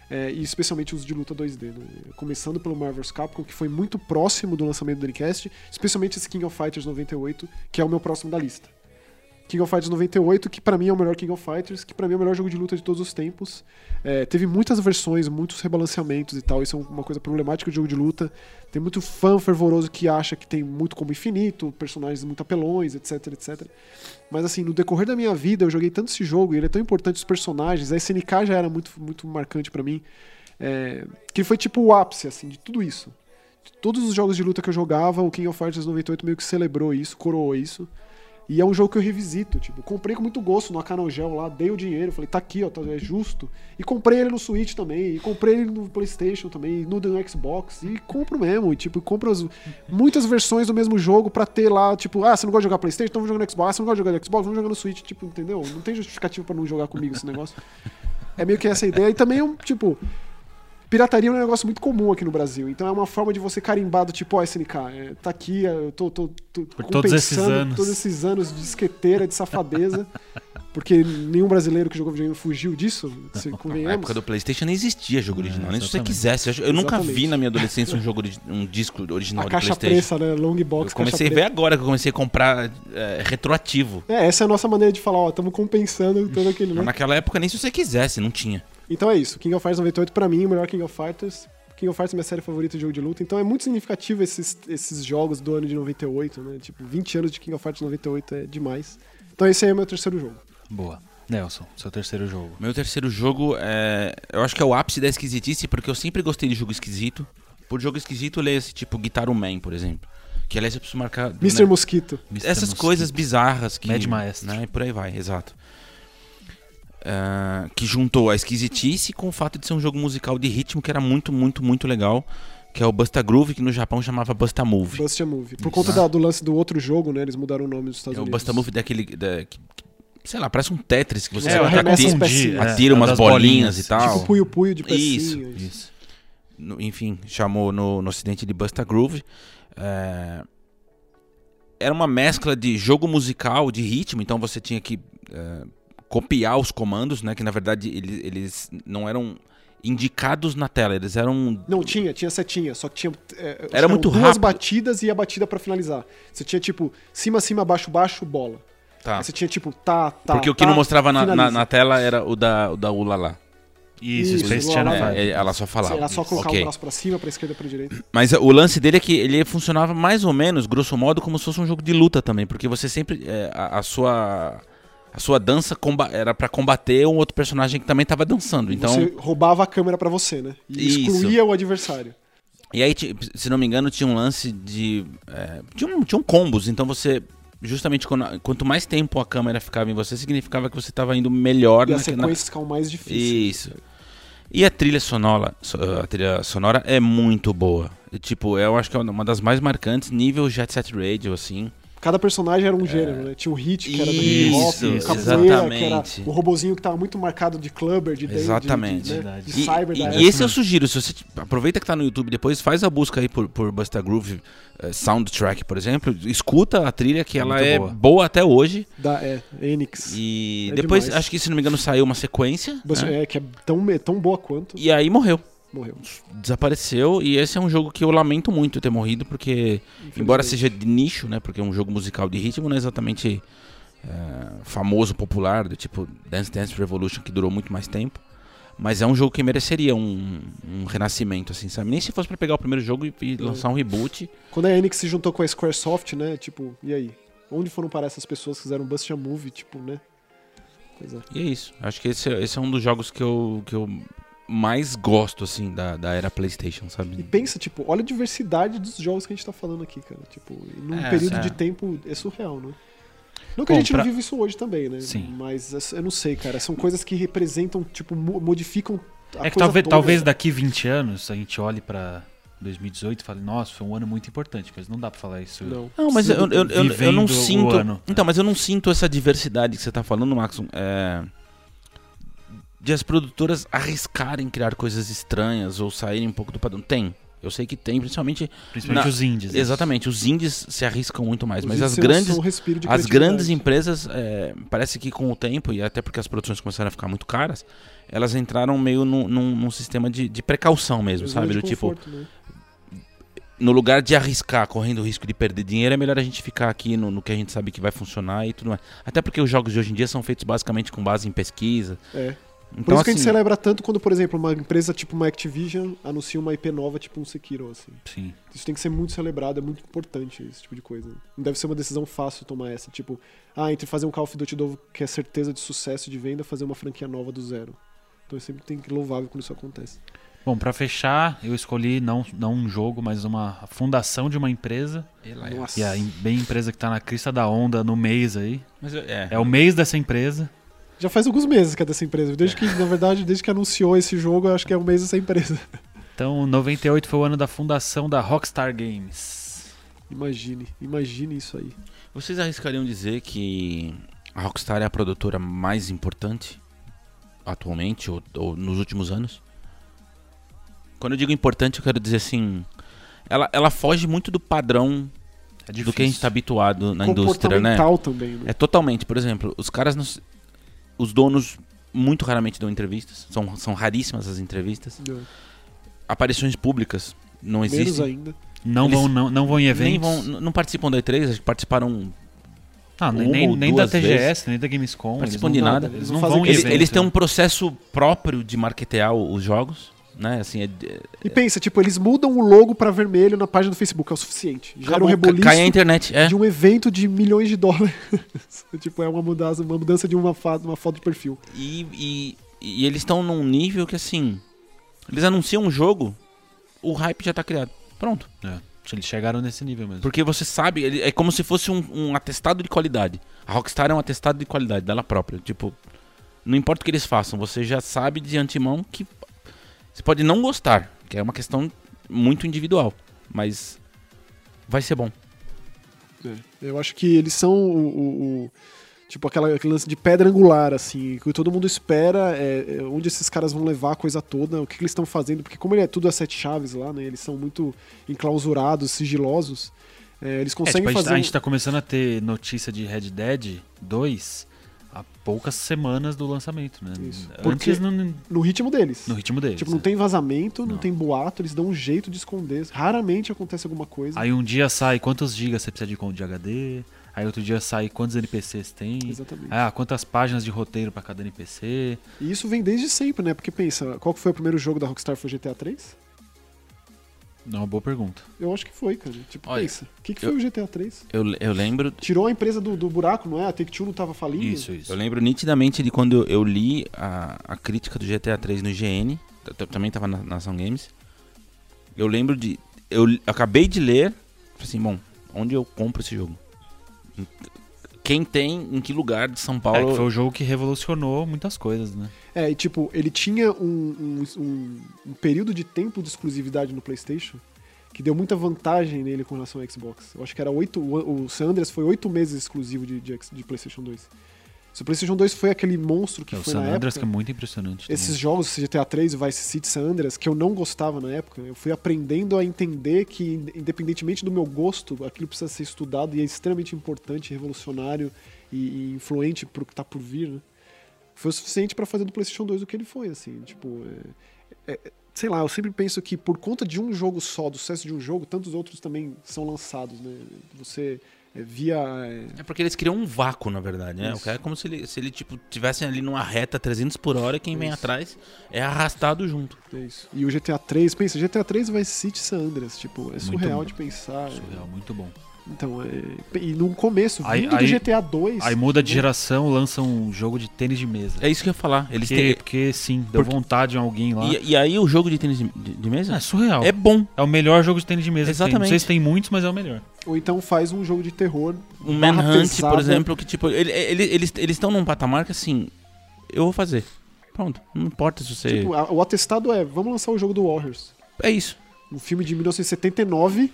é, e especialmente os de luta 2D. né? Começando pelo Marvel's Capcom, que foi muito próximo do lançamento do Dreamcast, especialmente esse King of Fighters 98, que é o meu próximo da lista. King of Fighters 98, que pra mim é o melhor King of Fighters, que pra mim é o melhor jogo de luta de todos os tempos. É, teve muitas versões, muitos rebalanceamentos e tal, isso é uma coisa problemática de jogo de luta. Tem muito fã fervoroso que acha que tem muito combo infinito, personagens muito apelões, etc, etc. Mas assim, no decorrer da minha vida, eu joguei tanto esse jogo, e ele é tão importante, os personagens, a SNK já era muito, muito marcante pra mim, é, que foi tipo o ápice, assim, de tudo isso. De todos os jogos de luta que eu jogava, o King of Fighters 98 meio que celebrou isso, coroou isso. E é um jogo que eu revisito, tipo, comprei com muito gosto no Canal Gel lá, dei o dinheiro, falei, tá aqui, ó, tá- é justo. E comprei ele no Switch também, e comprei ele no PlayStation também, e no, no Xbox, e compro mesmo, e, tipo, compro as- muitas versões do mesmo jogo pra ter lá, tipo, ah, você não gosta de jogar PlayStation, então vamos jogar no Xbox, ah, você não gosta de jogar no Xbox, vamos jogar no Switch, tipo, entendeu? Não tem justificativo pra não jogar comigo esse negócio. É meio que essa a ideia, e também é um, tipo, Pirataria é um negócio muito comum aqui no Brasil, então é uma forma de você carimbar do tipo, ó, SNK, é, tá aqui, eu tô, tô, tô Por todos esses compensando anos. todos esses anos de esqueteira, de safadeza, porque nenhum brasileiro que jogou videogame fugiu disso, se Na convenhamos. época do Playstation nem existia jogo original, nem se você exatamente. quisesse. Eu, eu nunca vi Exatamente. na minha adolescência um jogo origi- um disco original A de caixa Playstation. preta, né? Long box, eu comecei a caixa ver preta. agora que eu comecei a comprar é, retroativo. É, essa é a nossa maneira de falar, ó, estamos compensando todo aquele... Mas Né? naquela época nem se você quisesse, não tinha. Então é isso, King of Fighters 98 pra mim, o melhor King of Fighters. King of Fighters é minha série favorita de jogo de luta, então é muito significativo esses, esses jogos do ano de 98, né? Tipo, 20 anos de King of Fighters 98 é demais. Então esse aí é meu terceiro Né? jogo. Boa. Nelson, seu terceiro jogo. Meu terceiro jogo é. Eu acho que é o ápice da esquisitice, porque eu sempre gostei de jogo esquisito. Por jogo esquisito, leia-se tipo Guitar Man, por exemplo. Que aliás eu preciso marcar. Mr. né? Mosquito. Mr. Essas Mosquito. coisas bizarras que. Mad Maestro. Né, e por aí vai, exato. Ah, que juntou a esquisitice com o fato de ser um jogo musical de ritmo que era muito, muito, muito legal. Que é o Busta Groove, que no Japão chamava Busta Move. Bust a Move. Por Isso. conta da- do lance do outro jogo, né? Eles mudaram o nome dos Estados É o Unidos. Busta Move daquele. da- que- que- sei lá, parece um Tetris que você É, eu é. eu vai arremesso atira, as pecinhas. atira umas das bolinhas, e tal. Tipo Puyo Puyo de Isso, pecinha. Isso. no- enfim, chamou no, no ocidente de Busta Groove. É, era uma mescla de jogo musical, de ritmo, então você tinha que é, copiar os comandos, né? Que na verdade ele- eles, não eram indicados na tela, eles eram. Não, tinha, tinha setinha, só que tinha. é, Era eram muito duas rápido. batidas e a batida pra finalizar. Você tinha tipo cima, cima, baixo, baixo, bola. Tá. Aí você tinha tipo tá, tá. Porque o que tá, não mostrava na, na, finaliza. na tela era o da, o da Ulala. Isso, Isso, Space igual Channel lá, Five. É, ela só falava. Era Tá. só colocar Ok. o braço pra cima, pra esquerda, pra direita. Mas o lance dele é que ele funcionava mais ou menos, grosso modo, como se fosse um jogo de luta também, porque você sempre. é, a, a sua. A sua dança comba- era pra combater um outro personagem que também tava dançando. Então, Você roubava a câmera pra você, né? E Isso. excluía o adversário. E aí, ti- se não me engano, tinha um lance de. É, tinha, um, tinha um combos, então você. Justamente quando- quanto mais tempo a câmera ficava em você, significava que você tava indo melhor E as naque- é na- sequências ficavam mais difíceis. Isso. E a trilha sonora, so- a trilha sonora é muito boa. E, tipo, eu acho que é uma das mais marcantes, nível Jet Set Radio, assim. Cada personagem era um gênero, né? Tinha o hit, que era do hip hop, É. Isso, o capoeira, que era exatamente. o robozinho que tava muito marcado de clubber, de dance, Exatamente. de, de, né? Verdade. de E, cyber e- da e época. esse eu sugiro, se você t- aproveita que tá no YouTube depois, faz a busca aí por, por Busta Groove eh, Soundtrack, por exemplo, escuta a trilha que É ela muito é boa. boa. até hoje. da é, Enix. E É depois, demais. acho que se não me engano, saiu uma sequência. Mas, né? é, que é tão, é tão boa quanto. E aí morreu. Morreu. Desapareceu. E esse é um jogo que eu lamento muito ter morrido, porque, embora seja de nicho, né? Porque é um jogo musical de ritmo, não é exatamente eh, famoso, popular, do tipo Dance Dance Revolution, que durou muito mais tempo. Mas é um jogo que mereceria um, um renascimento, assim, sabe? Nem se fosse pra pegar o primeiro jogo e, e lançar um reboot. Quando a Enix se juntou com a Squaresoft, né? Tipo, e aí? Onde foram parar essas pessoas que fizeram Bust a Movie, tipo, né? Coisa. E é isso. Acho que esse, é- esse é um dos jogos que eu, que eu mais gosto, assim, da, da era PlayStation, sabe? E pensa, tipo, olha a diversidade dos jogos que a gente tá falando aqui, cara. Tipo, e num É, período é. de tempo é surreal, né? Não que a Bom, gente pra- não vive isso hoje também, né? Sim. Mas es- eu não sei, cara. São coisas que representam, tipo, mo- modificam a É que coisa talvez, toda. talvez daqui 20 anos a gente olhe pra 2018 e fale, nossa, foi um ano muito importante, mas não dá pra falar isso. Não. Não, mas eu, eu, eu, eu Vivendo não o sinto. ano. Então, mas eu não sinto essa diversidade que você tá falando, Maxon. É... De as produtoras arriscarem criar coisas estranhas ou saírem um pouco do padrão. Tem. Eu sei que tem, principalmente. Principalmente Na- os indies. né? Exatamente, os indies se arriscam muito mais, Os mas itens as são- grandes. são um respiro de As grandes criatividade. empresas, é, parece que com o tempo, e até porque as produções começaram a ficar muito caras, elas entraram meio num, num- num sistema de, de precaução mesmo, Mas sabe? não é Do de tipo, conforto, né? no lugar de arriscar, correndo o risco de perder dinheiro, é melhor a gente ficar aqui no, no que a gente sabe que vai funcionar e tudo mais. Até porque os jogos de hoje em dia são feitos basicamente com base em pesquisa. É. Então, Por isso que a gente assim, celebra tanto quando, por exemplo, uma empresa tipo uma Activision anuncia uma IP nova, tipo um Sekiro, assim. Sim. Isso tem que ser muito celebrado, é muito importante esse tipo de coisa. Não deve ser uma decisão fácil tomar essa, tipo, ah, entre fazer um Call of Duty novo que é certeza de sucesso de venda, fazer uma franquia nova do zero. Então é sempre tem que louvável quando isso acontece. Bom, pra fechar, eu escolhi não, não um jogo, mas uma a fundação de uma empresa. Ah, é. Nossa. E a em- bem empresa que tá na crista da onda no mês aí. Mas eu- é. É o mês dessa empresa. Já faz alguns meses que é dessa empresa. Desde que, na verdade, desde que anunciou esse jogo, eu acho que é um mês dessa empresa. Então, 98 foi o ano da fundação da Rockstar Games. Imagine, imagine isso aí. Vocês arriscariam dizer que a Rockstar é a produtora mais importante atualmente ou, ou nos últimos anos? Quando eu digo importante, eu quero dizer assim. Ela, ela foge muito do padrão É do que a gente está habituado na indústria, né? Comportamental também, né? É totalmente, por exemplo, os caras. não se- os donos muito raramente dão entrevistas, são, são raríssimas as entrevistas. Aparições públicas não Menos existem. ainda. Não, Eles vão, não, não vão em eventos. Nem vão, n- não participam da E3, acho que participaram um. Ah, nem, uma nem- ou nem da duas TGS, vezes. nem da Gamescom. eles Participam não de dão- nada. Eles Eles não não vão em fazem Eles, evento. eles têm um né? processo próprio de marketear o- os jogos, né? Assim, é, de- E pensa, tipo, eles mudam o logo pra vermelho na página do Facebook, é o suficiente. Gera acabou, um ca- reboliço cai a internet, é. de um evento de milhões de dólares. tipo, é uma mudança, uma mudança de uma, fa- uma foto de perfil. E, e- e eles estão num nível que assim, eles anunciam um jogo, o hype já tá criado. Pronto. É, eles chegaram nesse nível mesmo. Porque você sabe, ele- é como se fosse um, um atestado de qualidade. A Rockstar é um atestado de qualidade dela própria. Tipo, não importa o que eles façam, você já sabe de antemão que você pode não gostar, que é uma questão muito individual, mas vai ser bom. É, Eu acho que eles são o. o- o- tipo, aquela, aquele lance de pedra angular, assim, que todo mundo espera é, é, onde esses caras vão levar a coisa toda, o que, que eles estão fazendo, porque como ele é tudo a sete chaves lá, né? Eles são muito enclausurados, sigilosos. é, eles É, conseguem tipo, a, gente, fazer. a um- gente tá começando a ter notícia de Red Dead 2 há poucas semanas do lançamento, né? Isso. Antes Porque- no, No ritmo deles. no ritmo deles. Tipo, não né? tem vazamento, não, Não. tem boato, eles dão um jeito de esconder. Raramente acontece alguma coisa. Aí um dia sai quantos gigas você precisa de, com- de HD, aí outro dia sai quantos NPCs tem, Exatamente. ah, quantas páginas de roteiro pra cada NPC. E isso vem desde sempre, né? Porque pensa, qual que foi o primeiro jogo da Rockstar? Foi GTA 3? Não, é uma boa pergunta. Eu acho que foi, cara. Tipo, Olha, pensa. O que, que foi eu- o GTA 3? Eu, eu lembro Tirou a empresa do, do buraco, não é? A Take-Two não tava falindo? Isso, isso. Eu lembro nitidamente de quando eu li a, a crítica do GTA 3 no IGN, t- t- também tava na, na Ação Games. Eu lembro de. Eu l- acabei de ler, falei assim, bom, onde eu compro esse jogo? Em- Quem tem, em que lugar de São É, Paulo. que foi o jogo que revolucionou muitas coisas, né? É, e tipo, ele tinha um, um- um- um período de tempo de exclusividade no PlayStation que deu muita vantagem nele com relação ao Xbox. Eu acho que era oito. O o San Andreas foi oito meses exclusivo de, de X- de PlayStation 2. Se o PlayStation 2 foi aquele monstro que É, o foi San na Andreas, que é época. muito impressionante. também. Esses jogos, GTA 3 e Vice City San Andreas, que eu não gostava na época, eu fui aprendendo a entender que, in- independentemente do meu gosto, aquilo precisa ser estudado e é extremamente importante, revolucionário e, e influente pro que tá por vir, né? Foi o suficiente pra fazer do PlayStation 2 o que ele foi, assim, tipo. é- é- é- sei lá, eu sempre penso que por conta de um jogo só, do sucesso de um jogo, tantos outros também são lançados, né? Você. é, via. é, É porque eles criam um vácuo, na verdade, né? Isso. É como se ele, se ele tipo, tivessem ali numa reta 300 por hora e quem vem Isso. atrás é arrastado junto. é isso. E o GTA 3, pensa, GTA 3 Vice City San Andreas, tipo, é surreal bom. de pensar. Surreal, muito bom. Então, é, e no começo, Aí- vindo aí- do GTA 2. Aí muda de né? geração, lança um jogo de tênis de mesa. É isso que eu ia falar. Eles Porque, têm- porque sim, deu Porque- vontade a alguém lá. e, e aí o jogo de tênis de, de- de mesa É surreal. é É... bom. o melhor jogo de tênis de mesa que tem. Não Exatamente. sei se tem muitos, mas é o melhor. Ou então faz um jogo de terror. Um barra Manhunt, pesada. por exemplo, que tipo, ele- ele- eles eles estão num patamar que assim, eu vou fazer. Pronto, não importa se você. Tipo, a- o atestado é, vamos lançar o jogo do Warriors. é isso. Um filme de 1979.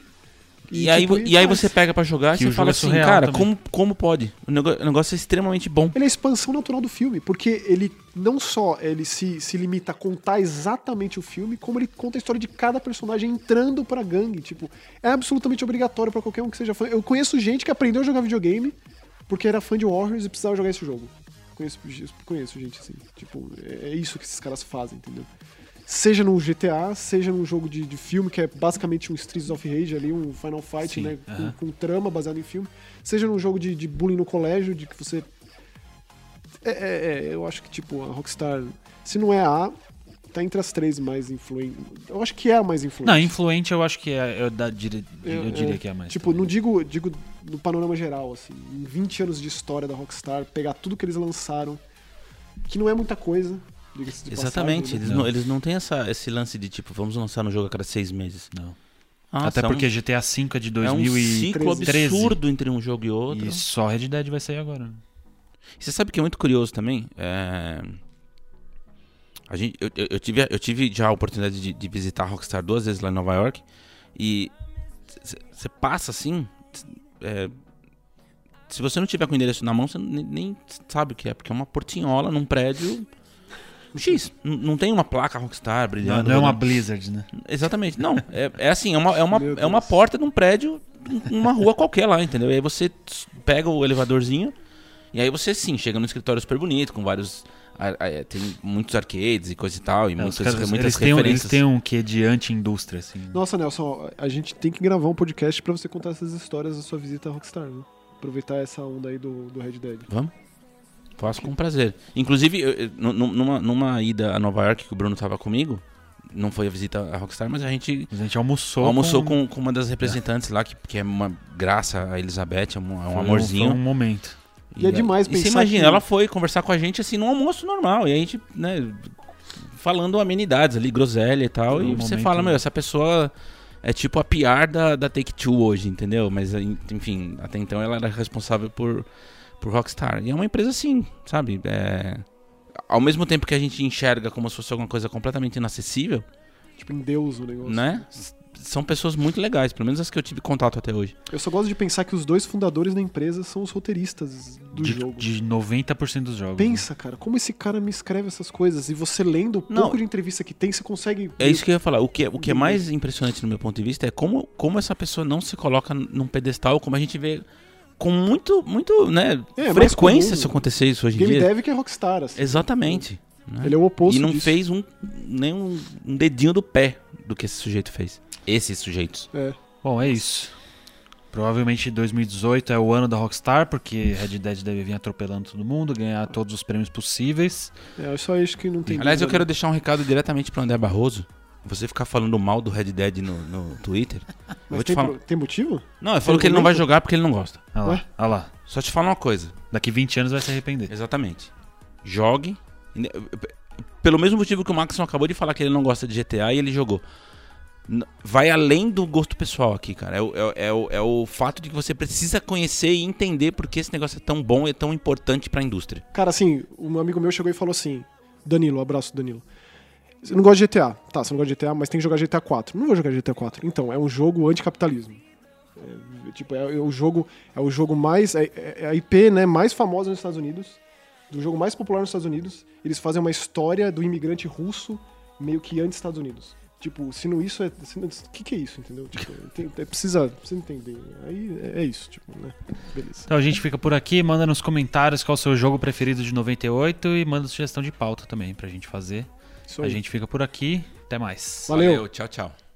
E, aí, tipo, vo- e aí faz. você pega pra jogar e Que o você jogo fala é assim, surreal cara, também. como, como pode? O nego- o negócio é extremamente bom. Ele é a expansão natural do filme, porque ele não só ele se, se limita a contar exatamente o filme, como ele conta a história de cada personagem entrando pra gangue. Tipo, é absolutamente obrigatório pra qualquer um que seja fã. Eu conheço gente que aprendeu a jogar videogame porque era fã de Warriors e precisava jogar esse jogo. Conheço, conheço gente assim. Tipo, é é isso que esses caras fazem, entendeu? Seja num GTA, seja num jogo de, de filme, que é basicamente um Streets of Rage ali, um Final Fight, Sim, né? aham. Com, com trama baseada em filme. Seja num jogo de, de bullying no colégio, de que você é, é, é, eu acho que, tipo, a Rockstar, se não é a, tá entre as três mais influentes. Eu acho que é a mais influente. Não, influente eu acho que é. Eu, da- dire- eu diria que é a mais. Tipo, também. não digo, digo no panorama geral, assim, em 20 anos de história da Rockstar, pegar tudo que eles lançaram, que não é muita coisa, diga-se de Exatamente. passagem, né? Eles, não, eles não têm essa, esse lance de tipo, vamos lançar no jogo a cada seis meses. Não. Ah, Até são- porque GTA V é de é um 2000 e... ciclo 13. absurdo entre um jogo e outro. e só Red Dead vai sair agora. né? Você sabe que é muito curioso também? É, A gente, eu, eu- eu tive, eu tive já a oportunidade de, de visitar a Rockstar duas vezes lá em Nova York. E você passa assim. c- é, Se você não tiver com o endereço na mão, você nem, nem sabe o que é, porque é uma portinhola num prédio. X. N- Não tem uma placa Rockstar Não, brilhando. não é uma rodando. Blizzard, né? Exatamente. Não, é, é assim, é uma, é, uma, Meu é uma Deus. porta de um prédio, um- uma rua qualquer lá, entendeu? E aí você s- pega o elevadorzinho, e aí você sim, chega num escritório super bonito, com vários. a- a- é, tem muitos arcades e coisa e tal, e É, os muitas, caras- muitas eles, têm um, eles referências. têm um quê de anti-indústria, assim. Nossa, Nelson, a gente tem que gravar um podcast pra você contar essas histórias da sua visita à Rockstar, né? Aproveitar essa onda aí do, do Red Dead. Vamos? um- Faço com prazer. Inclusive, eu- eu- nu- nu- numa, numa ida a Nova York que o Bruno tava comigo, não foi a visita à Rockstar, mas a gente Mas a gente almoçou. almoçou com, com uma das representantes lá, que, que é uma graça, a Elizabeth, é um, é um Foi amorzinho. Foi um momento. E é demais e você pensar imagina, que- ela foi conversar com a gente assim num almoço normal. E a gente, né, falando amenidades ali, groselha e tal. Num e você momento- fala, meu, essa pessoa é tipo a PR da, da Take Two hoje, entendeu? Mas, en- enfim, até então ela era responsável por, por Rockstar. E é uma empresa assim, sabe? É, Ao mesmo tempo que a gente enxerga como se fosse alguma coisa completamente inacessível, Tipo, em Deus o negócio. né? s- São pessoas muito legais, pelo menos as que eu tive contato até hoje. Eu só gosto de pensar que os dois fundadores da empresa são os roteiristas do de, jogo. de 90% dos jogos. né? Pensa, cara, como esse cara me escreve essas coisas e você lendo o Não. pouco de entrevista que tem, você consegue. É isso que eu ia falar. O que, o que é mais impressionante no meu ponto de vista é como, como essa pessoa não se coloca num pedestal, como a gente vê com muito, muito né, É, é mais frequência comum. isso acontecer isso hoje em Game dia. Dev que é Rockstar, assim. Exatamente. né? Ele é o oposto E não disso. fez um, nem um, um dedinho do pé do que esse sujeito fez. Esses sujeitos. É. Bom, é isso. Provavelmente 2018 é o ano da Rockstar, porque Red Dead deve vir atropelando todo mundo, ganhar todos os prêmios possíveis. É só isso que não tem. Aliás, eu dúvida, quero deixar um recado diretamente para André Barroso. Você ficar falando mal do Red Dead no, no Twitter. Eu né? Mas vou te tem, falar. pro- tem motivo? Não, ele falou que ele não vai jogar porque ele não gosta. Olha lá, Ué? olha lá. Só te falar uma coisa. Daqui 20 anos vai se arrepender. Exatamente. Jogue. Pelo mesmo motivo que o Maxon acabou de falar que ele não gosta de GTA e ele jogou. N- Vai além do gosto pessoal aqui, cara. É o, é, o- é o, é o fato de que você precisa conhecer e entender por que esse negócio é tão bom e é tão importante pra indústria. Cara, assim, um amigo meu chegou e falou assim: Danilo, abraço, Danilo. Você não gosta de GTA. Tá, você não gosta de GTA, mas tem que jogar GTA 4. Não vou jogar GTA 4. Então, é um jogo anticapitalismo. É, tipo, é, é o jogo, é o jogo mais. É, é a IP né, mais famosa nos Estados Unidos. Do jogo mais popular nos Estados Unidos. Eles fazem uma história do imigrante russo meio que antes-Estados Unidos. Tipo, se não isso é. se não- O que, que é isso, entendeu? Tipo, tem- tem- precisa, precisa entender. Aí é, é isso, tipo, né? Beleza. Então a gente fica por aqui, manda nos comentários qual é o seu jogo preferido de 98 e manda sugestão de pauta também pra gente fazer. Isso A aí. gente fica por aqui, até mais. Valeu. tchau, tchau.